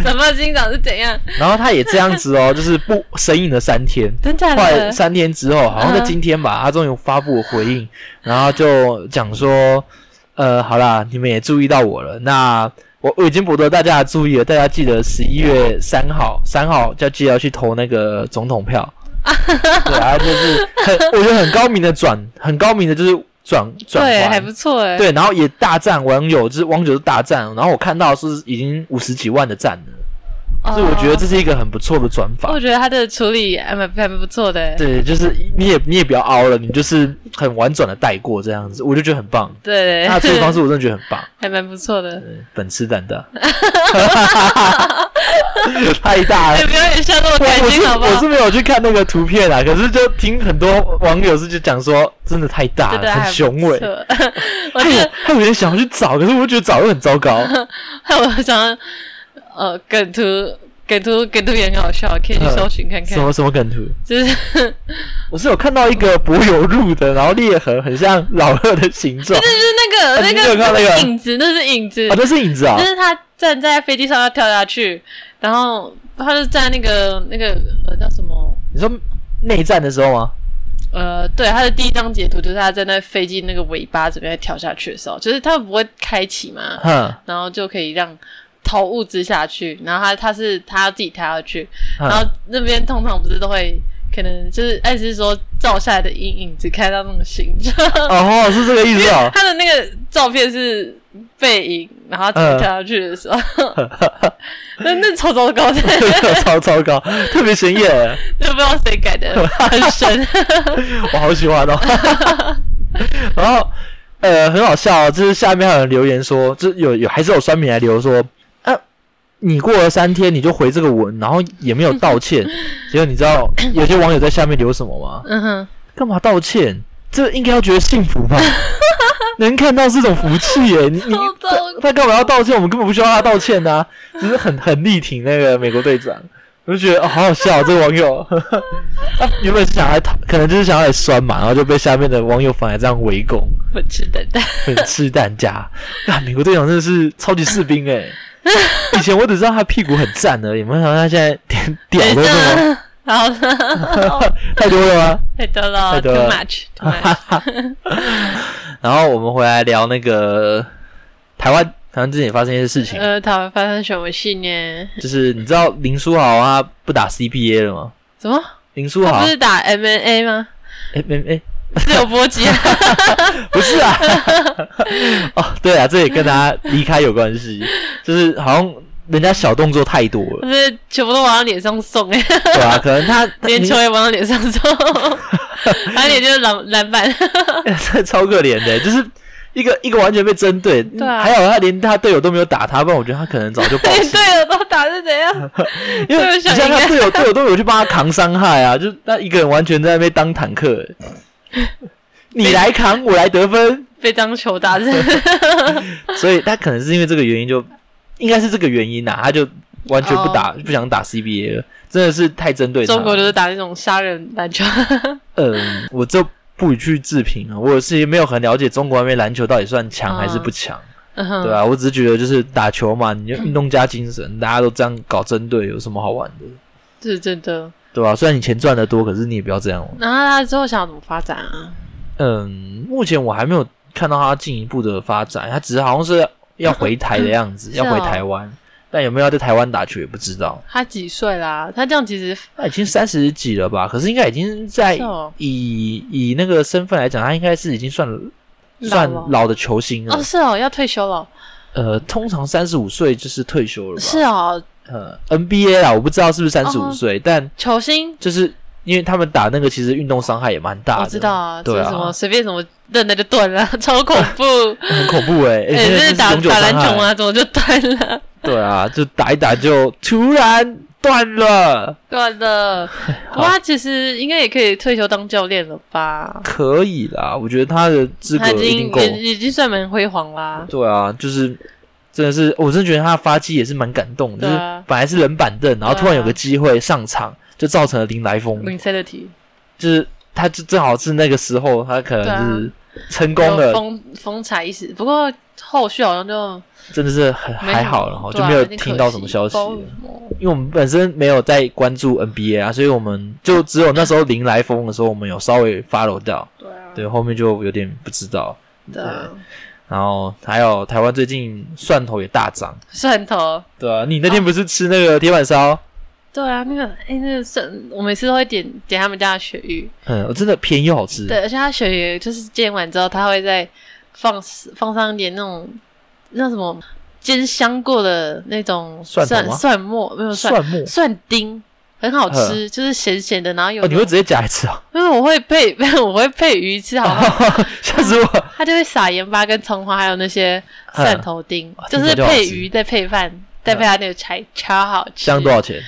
S2: 转发欣赏是怎样？
S1: 然后他也这样子哦，就是不神隐了三天。
S2: 真假
S1: 后来
S2: 的？
S1: 三天之后，好像在
S2: 嗯
S1: 今天吧，他终于发布了回应，然后就讲说，呃，好啦，你们也注意到我了，那我我已经博得大家的注意了，大家记得十一月三号，三号就记得要去投那个总统 票。对啊，就是很，我觉得很高明的转，很高明的就是转转
S2: 对，还
S1: 换。
S2: 不错哎、
S1: 对，然后也大赞网友，就是网友就大赞，然后我看到是已经五十几万的赞了，
S2: 哦，
S1: 所以我觉得这是一个很不错的转法。
S2: 我觉得他的处理还蛮还蛮不错的、欸。
S1: 对，就是你也你也不要凹了，你就是很婉转的带过这样子，我就觉得很 棒。
S2: 对，
S1: 他的处理方 式我真的觉得很棒，
S2: 还蛮不错的。
S1: 对本吃蛋 大，太大了
S2: 哎，。不要也笑那么
S1: 我
S2: 开
S1: 我是
S2: 心好不
S1: 我
S2: 好
S1: 是？没有去看那个图片啊，可是就听很多网友是就讲说，真的太大
S2: 真
S1: 了，
S2: 的还
S1: 很
S2: 不
S1: 雄伟。哎
S2: 错 我
S1: 害
S2: 觉
S1: 我
S2: 得
S1: 害我有点想要去找，可是我又觉得找又很糟 糕。
S2: 害我想，呃，梗图梗图梗图也很好笑，可以去搜寻看
S1: 什
S2: 看。
S1: 么什么梗图？
S2: 就是 就是
S1: 我是有看到一个柏油路的，然后裂痕很像老二的形状
S2: 那个
S1: 啊
S2: 那
S1: 你有
S2: 个
S1: 看到那个
S2: 影子，那是影子
S1: 啊，，这是影子啊
S2: 就。是他站在飞机上要跳下去，然后他就在那个那个呃叫什么
S1: 你说内战的时候吗？
S2: 呃，对，他的第一张截图就是他在那飞机那个尾巴准备跳下去的时候，就是他不会开启嘛，
S1: 哼，
S2: 然后就可以让投物资下去，然后他他是他自己跳下去，
S1: 嗯
S2: 然后那边通常不是都会。可能就是暗示说照下来的阴影只看到那种形状，
S1: 哦，是这个意思哦。
S2: 他的那个照片是背影，然后他自己跳下去的时候，那那超糟糕的，
S1: 超糟糕， 特别显眼，
S2: 都不知道谁改的，很神。
S1: 我好喜欢哦。 然后，呃，很好笑、哦，就是下面还有人留言说，就是有有还是有酸民来留说，啊，你过了三天你就回这个文，然后也没有道歉，结果你知道有些网友在下面留什么吗？
S2: 嗯哼，
S1: 干嘛道歉？这应该要觉得幸福吧？能看到是种福气耶！你你
S2: 超糟
S1: 他他干嘛要道歉？我们根本不需要他道歉呐、只是很很力挺那个美国队长，我就觉得、哦、好好笑、这个网友。 他原本是想来讨，可能就是想要来酸嘛，然后就被下面的网友反而这样围攻，
S2: 不吃蛋蛋，
S1: 很吃蛋架。啊，美国队长真的是超级士兵哎！以前我只知道他屁股很赞而已，没想到他现在连 屌都这么
S2: 呢，好了，
S1: 太多了吗？
S2: 太多 了
S1: 太
S2: t
S1: 多
S2: o o
S1: 了
S2: much，too much。
S1: 然后我们回来聊那个台湾，台湾之前也发生一些事情，
S2: 呃，台湾发生什么事呢？
S1: 就是你知道林书豪啊不打 CBA 了吗？
S2: 什么？
S1: 林书
S2: 他
S1: 豪
S2: 不，是打 MMA 吗？
S1: 哎没哎，
S2: 自由搏击啊，
S1: 不是啊， 哦对啊，这也跟他离开有关系，就是好像人家小动作太多了，
S2: 不是全部都往他脸上送哎，
S1: 对吧、可能他
S2: 连球
S1: 你
S2: 也往他脸上送，他脸就是篮 篮板。
S1: 这超可怜的，就是。一个一个完全被针对，
S2: 对啊
S1: 还好他连他队友都没有打他，不然我觉得他可能早就爆气
S2: 连队友都打是怎样？
S1: 因为
S2: 对
S1: 你
S2: 我
S1: 像
S2: 想
S1: 他
S2: 应该啊
S1: 队友，队友都有去帮他扛伤害啊，就那一个人完全在那边当坦克、 欸你来扛，我来得分，
S2: 被当球打是？
S1: 所以他可能是因为这个原因就应该是这个原因呐、啊他就完全不打、不想打 CBA 了，真的是太针对他了。
S2: 哦中国就是打那种杀人篮 球，
S1: 嗯，我这不予去置评啊，我是没有很了解中国那边篮球到底算强还是不强，
S2: 嗯哼
S1: 对吧、啊？我只是觉得就是打球嘛，你就运动加精神，大家都这样搞针对，有什么好玩的，
S2: 这是真的。
S1: 对吧、虽然你钱赚的多，可是你也不要这样哦。
S2: 然后他之后想要怎么发展啊？
S1: 嗯，目前我还没有看到他进一步的发展，他只是好像是要回台的样子，
S2: 是
S1: 要
S2: 哦
S1: 回台湾，但有没有要在台湾打球也不知道。
S2: 他几岁啦？他这样其实
S1: 他已经三十几了吧？可是应该已经在
S2: 是哦
S1: 以以那个身份来讲，他应该是已经算
S2: 老
S1: 算
S2: 了
S1: 老的球星了
S2: 哦。是哦，要退休了。
S1: 呃，通常三十五岁就是退休了吧？
S2: 是哦，
S1: 呃，NBA 啦，我不知道是不是三十五
S2: 哦
S1: 岁，但
S2: 球星
S1: 就是因为他们打那个，其实运动伤害也蛮大的。
S2: 我知道啊，
S1: 对
S2: 这
S1: 啊
S2: 什么随便什么断了就断了， 超恐 怖。
S1: 很恐怖哎、欸，
S2: 哎，
S1: 这
S2: 这是 打
S1: 永久
S2: 打篮
S1: 伤害
S2: 球？啊，怎么就断了？
S1: 对啊，就打一打就突然断了，
S2: 断 了。不过他其实应该也可以退休当教练了吧？
S1: 可以啦，我觉得他的资格
S2: 他已
S1: 一定
S2: 经
S1: 够。
S2: 已已经算蛮辉煌啦。
S1: 对啊，就是真的是，我真的觉得他的发迹也是蛮感动的，
S2: 对
S1: 就是
S2: 啊
S1: 本来是冷板凳，然后
S2: 对啊
S1: 突然有个机会上场，就造成了林来疯，
S2: Mentality
S1: 就是他就正好是那个时候，他可
S2: 啊
S1: 能是成功
S2: 就
S1: 了，
S2: 风风采一时，不过后续好像就
S1: 真的是很
S2: 没
S1: 还好了哈，
S2: 对
S1: 就
S2: 啊
S1: 没有
S2: 点
S1: 听
S2: 可
S1: 到
S2: 惜
S1: 什么消息
S2: 不知道
S1: 了
S2: 为。什么
S1: 因为我们本身没有在关注 NBA 啊，所以我们就只有那时候林来疯的时候，我们有稍微 follow 到，
S2: 对啊，
S1: 对，后面就有点不知道。
S2: 对啊，
S1: 然后还有台湾最近蒜头也大涨，
S2: 蒜头，
S1: 对啊，你那天不是吃那个铁板烧？
S2: 对啊，那个哎，那个蒜，我每次都会点点他们家的鳕鱼，
S1: 嗯，真的便宜又好吃。
S2: 对，而且他鳕鱼就是煎完之后，他会再放放上一点那种那什么煎香过的那种
S1: 蒜头
S2: 蒜
S1: 吗
S2: 蒜末，没有蒜
S1: 蒜末
S2: 蒜丁，很好吃，就是咸咸的，然后有
S1: 哦，你会 直接夹来吃啊？
S2: 因为我会配， 我会配鱼吃，好不好？
S1: 吓死我！
S2: 它就会撒盐巴跟葱花，还有那些蒜头丁
S1: 嗯，
S2: 就是配鱼再配饭，再配它那个柴，超好吃。
S1: 这嗯样多少钱？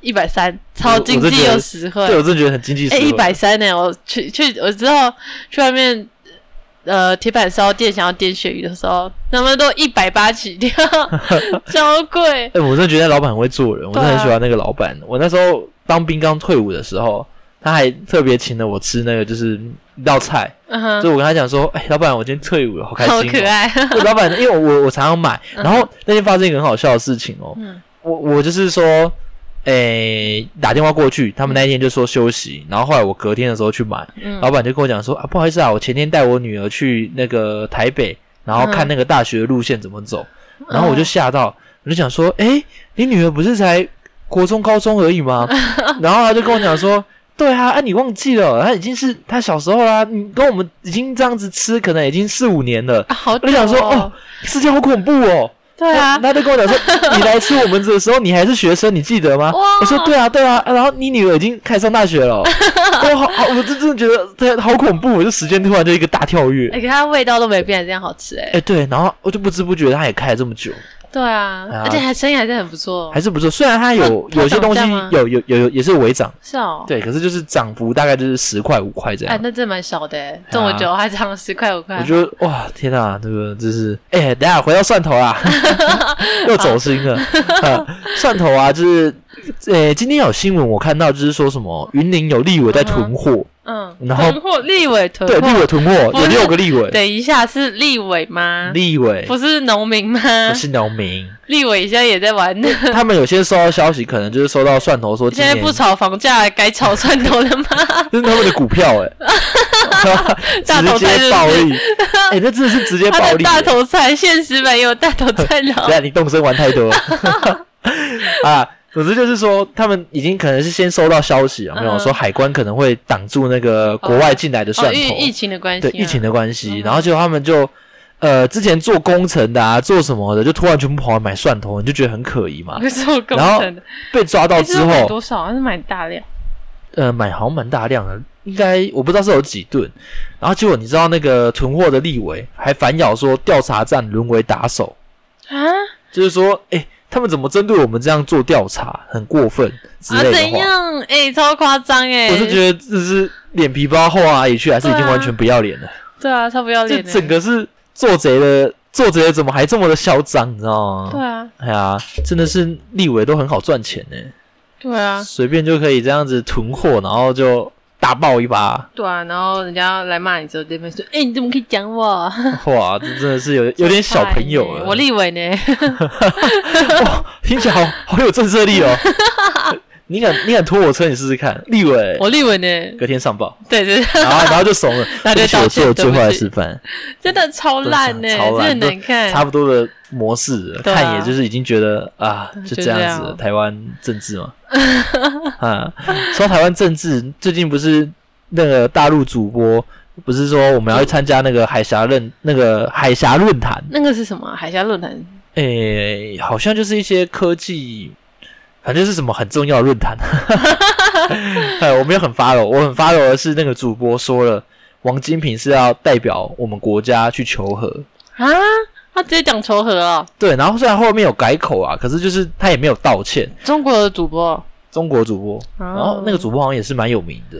S2: 一百三，超经济又实惠。
S1: 对我真的觉得很经济实
S2: 哎，
S1: 惠。
S2: 一百三呢！我去去，我之后去外面呃铁板烧店想要点鳕鱼的时候，他们都一百八起 跳，超贵。
S1: 哎、我真的觉得老板很会做人，我真的
S2: 对啊
S1: 很喜欢那个老板。我那时候当兵刚退伍的时候，他还特别请了我吃那个就是一道菜，
S2: 嗯哼，
S1: 所以我跟他讲说：“哎、老板，我今天退伍了，好开心、
S2: 好
S1: 哦。
S2: 可爱。
S1: 就老板，因为我我常常买，然后那天发生一个很好笑的事情哦，
S2: 嗯
S1: 我我就是说，诶、打电话过去，他们那一天就说休息，然后后来我隔天的时候去买，
S2: 嗯
S1: 老板就跟我讲说啊，不好意思啊，我前天带我女儿去那个台北，然后看那个大学的路线怎么走，
S2: 嗯
S1: 然后我就吓到，我就想说，诶、你女儿不是才国中高中而已 吗？然后他就跟我讲说。对啊，啊，你忘记了，他已经是他小时候啦，你跟我们已经这样子吃，可能已经四五年了。
S2: 啊好久
S1: 我就想说，哦，，世界好恐怖哦。
S2: 对啊
S1: 他，他就跟我讲 说，你来吃我们的时候，你还是学生，你记得吗？
S2: 哇
S1: 我说对啊，对啊。啊然后你女儿已经开始上大学 了，我好好，我真真的觉得对，好恐怖，我就时间突然就一个大跳跃。
S2: 哎，可它味道都没变，这样好吃哎
S1: 哎、。对，然后我就不知不觉他也开了这么久，
S2: 对啊，
S1: 哎呀
S2: 而且还生意还是很不错，
S1: 还是不错。虽然他有
S2: 他
S1: 有些东西
S2: 涨价吗
S1: 有有有有也是微涨，
S2: 是哦。，
S1: 对，可啊是就是涨幅大概就是十块五块这
S2: 哎
S1: 样，。
S2: 那真蛮少的欸，这么久还涨了十块五块
S1: 啊我，觉得哇，天哪，这个这是哎、等一下回到蒜头 啊，又走心了。啊蒜头啊，就是呃、今天有新闻我看到，就是说什么云林有立委在囤货，
S2: 嗯，
S1: 然后
S2: 囤货立委囤
S1: 对，立
S2: 货，
S1: 委囤货
S2: 不
S1: 有
S2: 是
S1: 六个立委，
S2: 等一下是立委吗？
S1: 立委
S2: 不是啊农民吗？
S1: 不是农民，
S2: 立委现在也在玩，现
S1: 他们有些收到消息，可能就是收到蒜头说今
S2: 在
S1: 年
S2: 不炒房价，改炒蒜头了 吗？
S1: 这是他们的股票 哎、
S2: 大
S1: 直
S2: 头菜
S1: 接
S2: 是不是
S1: 暴力，哎、那真的是直接
S2: 他
S1: 暴
S2: 的
S1: 力、
S2: 大
S1: 欸。
S2: 头菜，现实版也有大头 菜
S1: 对
S2: 了。
S1: 啊，你动身玩太多 啊。总之就是说，他们已经可能是先收到消息啊有没有
S2: 嗯
S1: 说海关可能会挡住那个国外进来的蒜
S2: 哦，
S1: 头，
S2: 疫疫情的关系
S1: 对
S2: 啊，
S1: 疫情 的关系，
S2: 嗯
S1: 然后结果他们就呃之前做工程的啊，做什么的，就突然全部跑来买蒜头，你就觉得很可疑嘛。
S2: 不哦是我工
S1: 然后
S2: 程的。
S1: 被抓到
S2: 嗯哎这
S1: 之
S2: 是买
S1: 后，
S2: 多少？还是买大量？
S1: 呃，买好像蛮大量的，应该我不知道是有几吨。然后结果你知道那个囤货的立委还反咬说，调查站沦为打手。
S2: 啊
S1: 就是说，哎、他们怎么针对我们这样做调查，很过分之
S2: 啊！
S1: 类的
S2: 怎
S1: 话，
S2: 样？哎，超夸张哎！
S1: 我是觉得这是脸皮包厚啊，也去还是已经
S2: 对啊
S1: 完全不要脸了，
S2: 对啊，超不要
S1: 这
S2: 脸的。
S1: 整个是做贼的作者怎么还这么的嚣张，你知道吗？
S2: 对啊，
S1: 哎呀，真的是立委都很好赚钱呢、
S2: 对啊，
S1: 随便就可以这样子囤货，然后就大爆一把，
S2: 对啊，然后人家来骂你之后，对面说：“哎、你怎么可以讲我？哎
S1: 哇，啊这真的是有有点小朋友啊了。
S2: 我立委呢？
S1: 哇，听起来好好有震慑力 哦。你敢你敢拖我车，你试试看，立委
S2: 我立委呢？
S1: 隔天上报，
S2: 对对，
S1: 然后然后就怂了，
S2: 那
S1: 对
S2: 就
S1: 不起我
S2: 道歉
S1: 做了最
S2: 对不
S1: 坏的
S2: 起
S1: 示范，
S2: 真的超 烂
S1: 真
S2: 呢、
S1: 的超烂
S2: 真的很难看。
S1: 差不多的模式了，
S2: 对啊
S1: 看也就是已经觉得啊，就
S2: 就
S1: 这
S2: 这
S1: 样
S2: 样
S1: 子了，台湾政治 嘛，啊，说到台湾政治，最近不是那个大陆主播不是说我
S2: 嗯
S1: 们要去参加那个海峡论那个海峡论坛，
S2: 那个是什么啊、海峡论坛？
S1: 诶、好像就是一些科技，反正就是什么很重要的论坛。哎，我没有很 follow，我很 follow 的是那个主播说了，王金平是要代表我们国家去求和。
S2: 啊，他直接讲仇和哦，
S1: 对，然后虽然后面有改口啊，可是就是他也没有道歉。
S2: 中国的主播，
S1: 中国主播，
S2: 然
S1: 然后那个主播好像也是蛮有名的。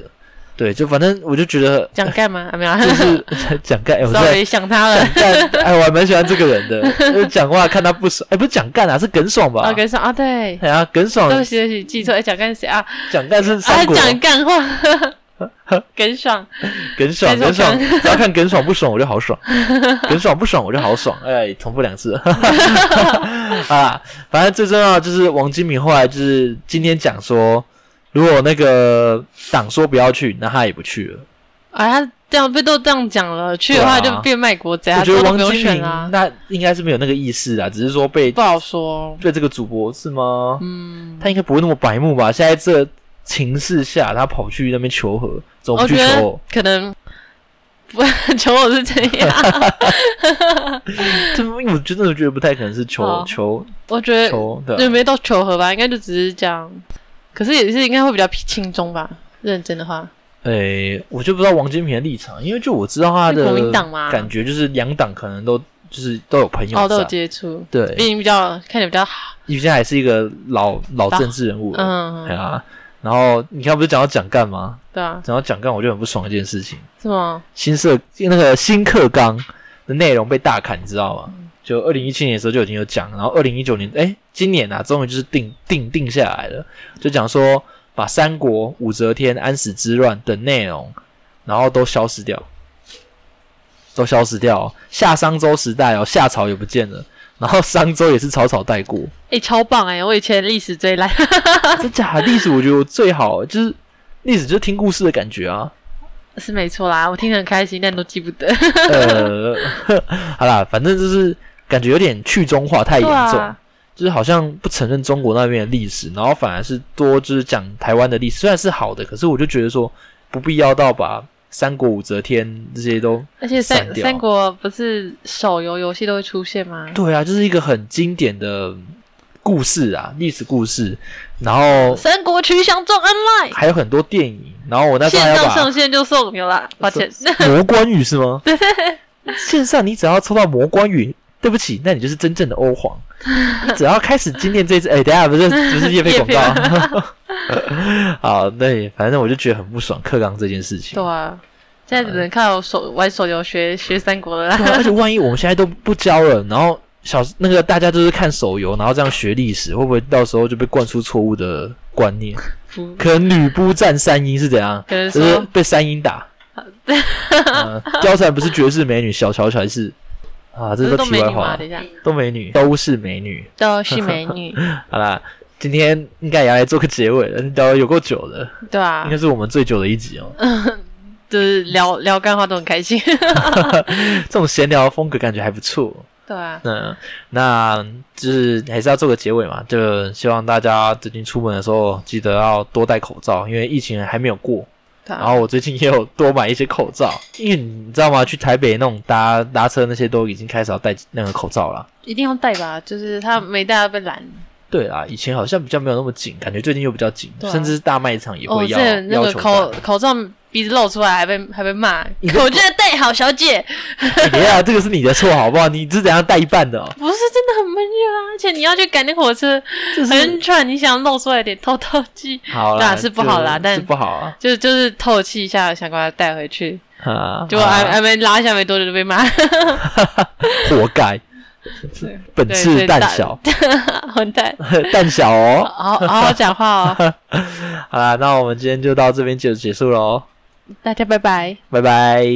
S1: 对，就反正我就觉得
S2: 蒋 干嘛？啊、没有啊，
S1: 就是 蒋干，哎我
S2: 稍
S1: 在
S2: 微想他了。
S1: 干，哎，我还蛮喜欢这个人的，就是讲话看他不爽，哎，不是蒋干啊，是耿爽吧
S2: 啊，？跟上啊，对，
S1: 哎呀，耿爽
S2: 对 不起，对不起，记错，哎，蒋干是谁啊？
S1: 蒋干是
S2: 啊
S1: 三，国，
S2: 讲干话， 耿爽，
S1: 耿爽，耿爽
S2: 耿爽，
S1: 只要看耿爽不爽我就好 爽，耿爽不爽我就好爽，哎，重复两次， 啊，反正最重要的就是王金明后来就是今天讲说，如果那个党说不要去，那他也不去了。
S2: 啊，他这样被都这样讲了，去的话
S1: 对啊
S2: 就变卖国贼，
S1: 我
S2: 他
S1: 觉得
S2: 都
S1: 王
S2: 没有
S1: 金
S2: 选
S1: 明
S2: 啊，
S1: 那应该是没有那个意识啊啦，只是说被
S2: 不好说，
S1: 被这个主播是吗？
S2: 嗯，
S1: 他应该不会那么白目吧？现在这情势下，他跑去那边求和，怎么不
S2: 我
S1: 去
S2: 觉
S1: 求
S2: 得
S1: 和？
S2: 可能不 求我是这 样，
S1: 这我真的觉得不太可能是求
S2: 好
S1: 求
S2: 我觉得
S1: 求的。
S2: 哦对，没到求和吧，应该就只是这样，可是也是应该会比较轻松吧，认真的话，
S1: 诶、哎我就不知道王金平的立场，因为就我知道他的
S2: 是国民党吗
S1: 感觉就是两党可能都就是都有朋友在，
S2: 哦，都有接触，
S1: 对，
S2: 毕竟比较看起来比较好，
S1: 因为现在还是一个老老政治人物，，对
S2: 嗯，
S1: 啊。然后你看，不是讲到蒋干吗？
S2: 对啊，
S1: 讲到蒋干，我就很不爽一件事情，
S2: 是吗？
S1: 新社那个新课纲的内容被大砍，你知道吗？就二零一七年的时候就已经有讲，然后二零一九年，哎，今年啊，终于就是定定定下来了，就讲说把三国、武则天、安史之乱等内容，然后都消失掉，都消失掉、哦。夏商周时代哦，夏朝也不见了，然后商周也是草草带过，
S2: 哎、超棒哎、我以前历史最烂，
S1: 真假的历史我觉得我最好就是历史就是听故事的感觉啊。
S2: 是没错啦，我听得很开心，但都记不得。
S1: 呃，好啦，反正就是感觉有点去中化太严
S2: 对
S1: 重，
S2: 啊，
S1: 就是好像不承认中国那边的历史，然后反而是多就是讲台湾的历史，虽然是好的，可是我就觉得说不必要到把三国、武则天这些都
S2: 而且
S1: 散
S2: 三
S1: 掉
S2: 三国不是手游游戏都会出现吗？
S1: 对啊，就是一个很经典的故事啊，历史故事，然后
S2: 三国群雄众恩爱，
S1: 还有很多电影，然后我那时候还
S2: 线
S1: 要
S2: 上上
S1: 把
S2: 线就送，有啦，抱歉，
S1: 魔关羽是吗？对，线上你只要抽到魔关羽。对不起，那你就是真正的欧皇。你只要开始今天这次，哎、等一下不是不是叶配广
S2: 业配
S1: 告， 好，对，反正我就觉得很不爽课纲这件事情
S2: 对。啊，现在只能靠手玩手游学学三国了
S1: 对啊
S2: 啦。
S1: 而且万一我们现在都不教了，然后小那个大家都是看手游，然后这样学历史，会不会到时候就被灌输错误的观念？
S2: 不
S1: 可能吕布战三英是怎样？
S2: 可能
S1: 就是
S2: 说
S1: 被三英 打。嗯貂蝉不是绝世美女，小乔才是啊，这
S2: 这
S1: 是
S2: 都
S1: 题
S2: 美
S1: 外
S2: 女吗？
S1: 话
S2: 等，一下，
S1: 都美女，都是美女。
S2: 都是美 女，
S1: 好啦，今天应该也要来做个结尾了，聊得有够久的，
S2: 对啊
S1: 应该，是我们最久的一 集哦。
S2: 就是聊聊干话都很开心，
S1: 这种闲聊风格感觉还不错。
S2: 对啊，
S1: 嗯，那就是还是要做个结尾嘛，就希望大家最近出门的时候记得要多戴口罩，因为疫情还没有过。
S2: 对
S1: 然
S2: 啊，
S1: 后我最近也有多买一些口罩，因为你知道吗？去台北那种搭搭车那些都已经开始要戴那个口罩了。
S2: 一定要戴吧，就是他没戴要被拦。
S1: 对啊，以前好像比较没有那么紧，感觉最近又比较紧，
S2: 对啊
S1: 甚至大卖场也
S2: 哦，
S1: 会
S2: 之
S1: 要、
S2: 前那
S1: 要
S2: 个
S1: 求
S2: 口
S1: 戴。
S2: 口罩鼻子露出来，还被 还被骂，
S1: 你
S2: 口罩戴好，小姐，
S1: 哎等一下，这个是你的错好不好？你是怎样戴一半的、哦？
S2: 不是真的很闷热啊，而且你要去赶那火车，很喘，你想露出来一点透透气，
S1: 好
S2: 对
S1: 啦，
S2: 啊是不好啦
S1: 就
S2: 但
S1: 是不好啊。
S2: 就就是透气一下，想把它带回去。
S1: 啊，
S2: 结果还还没拉一下没多久就被骂，
S1: 活该，
S2: 对
S1: 本
S2: 对所
S1: 事
S2: 以
S1: 胆
S2: 大
S1: 小，
S2: 混蛋，
S1: 胆小哦。
S2: 好好好讲 话哦，
S1: 好啦，那我们今天就到这边就结束喽，
S2: 大家拜拜。
S1: 拜拜。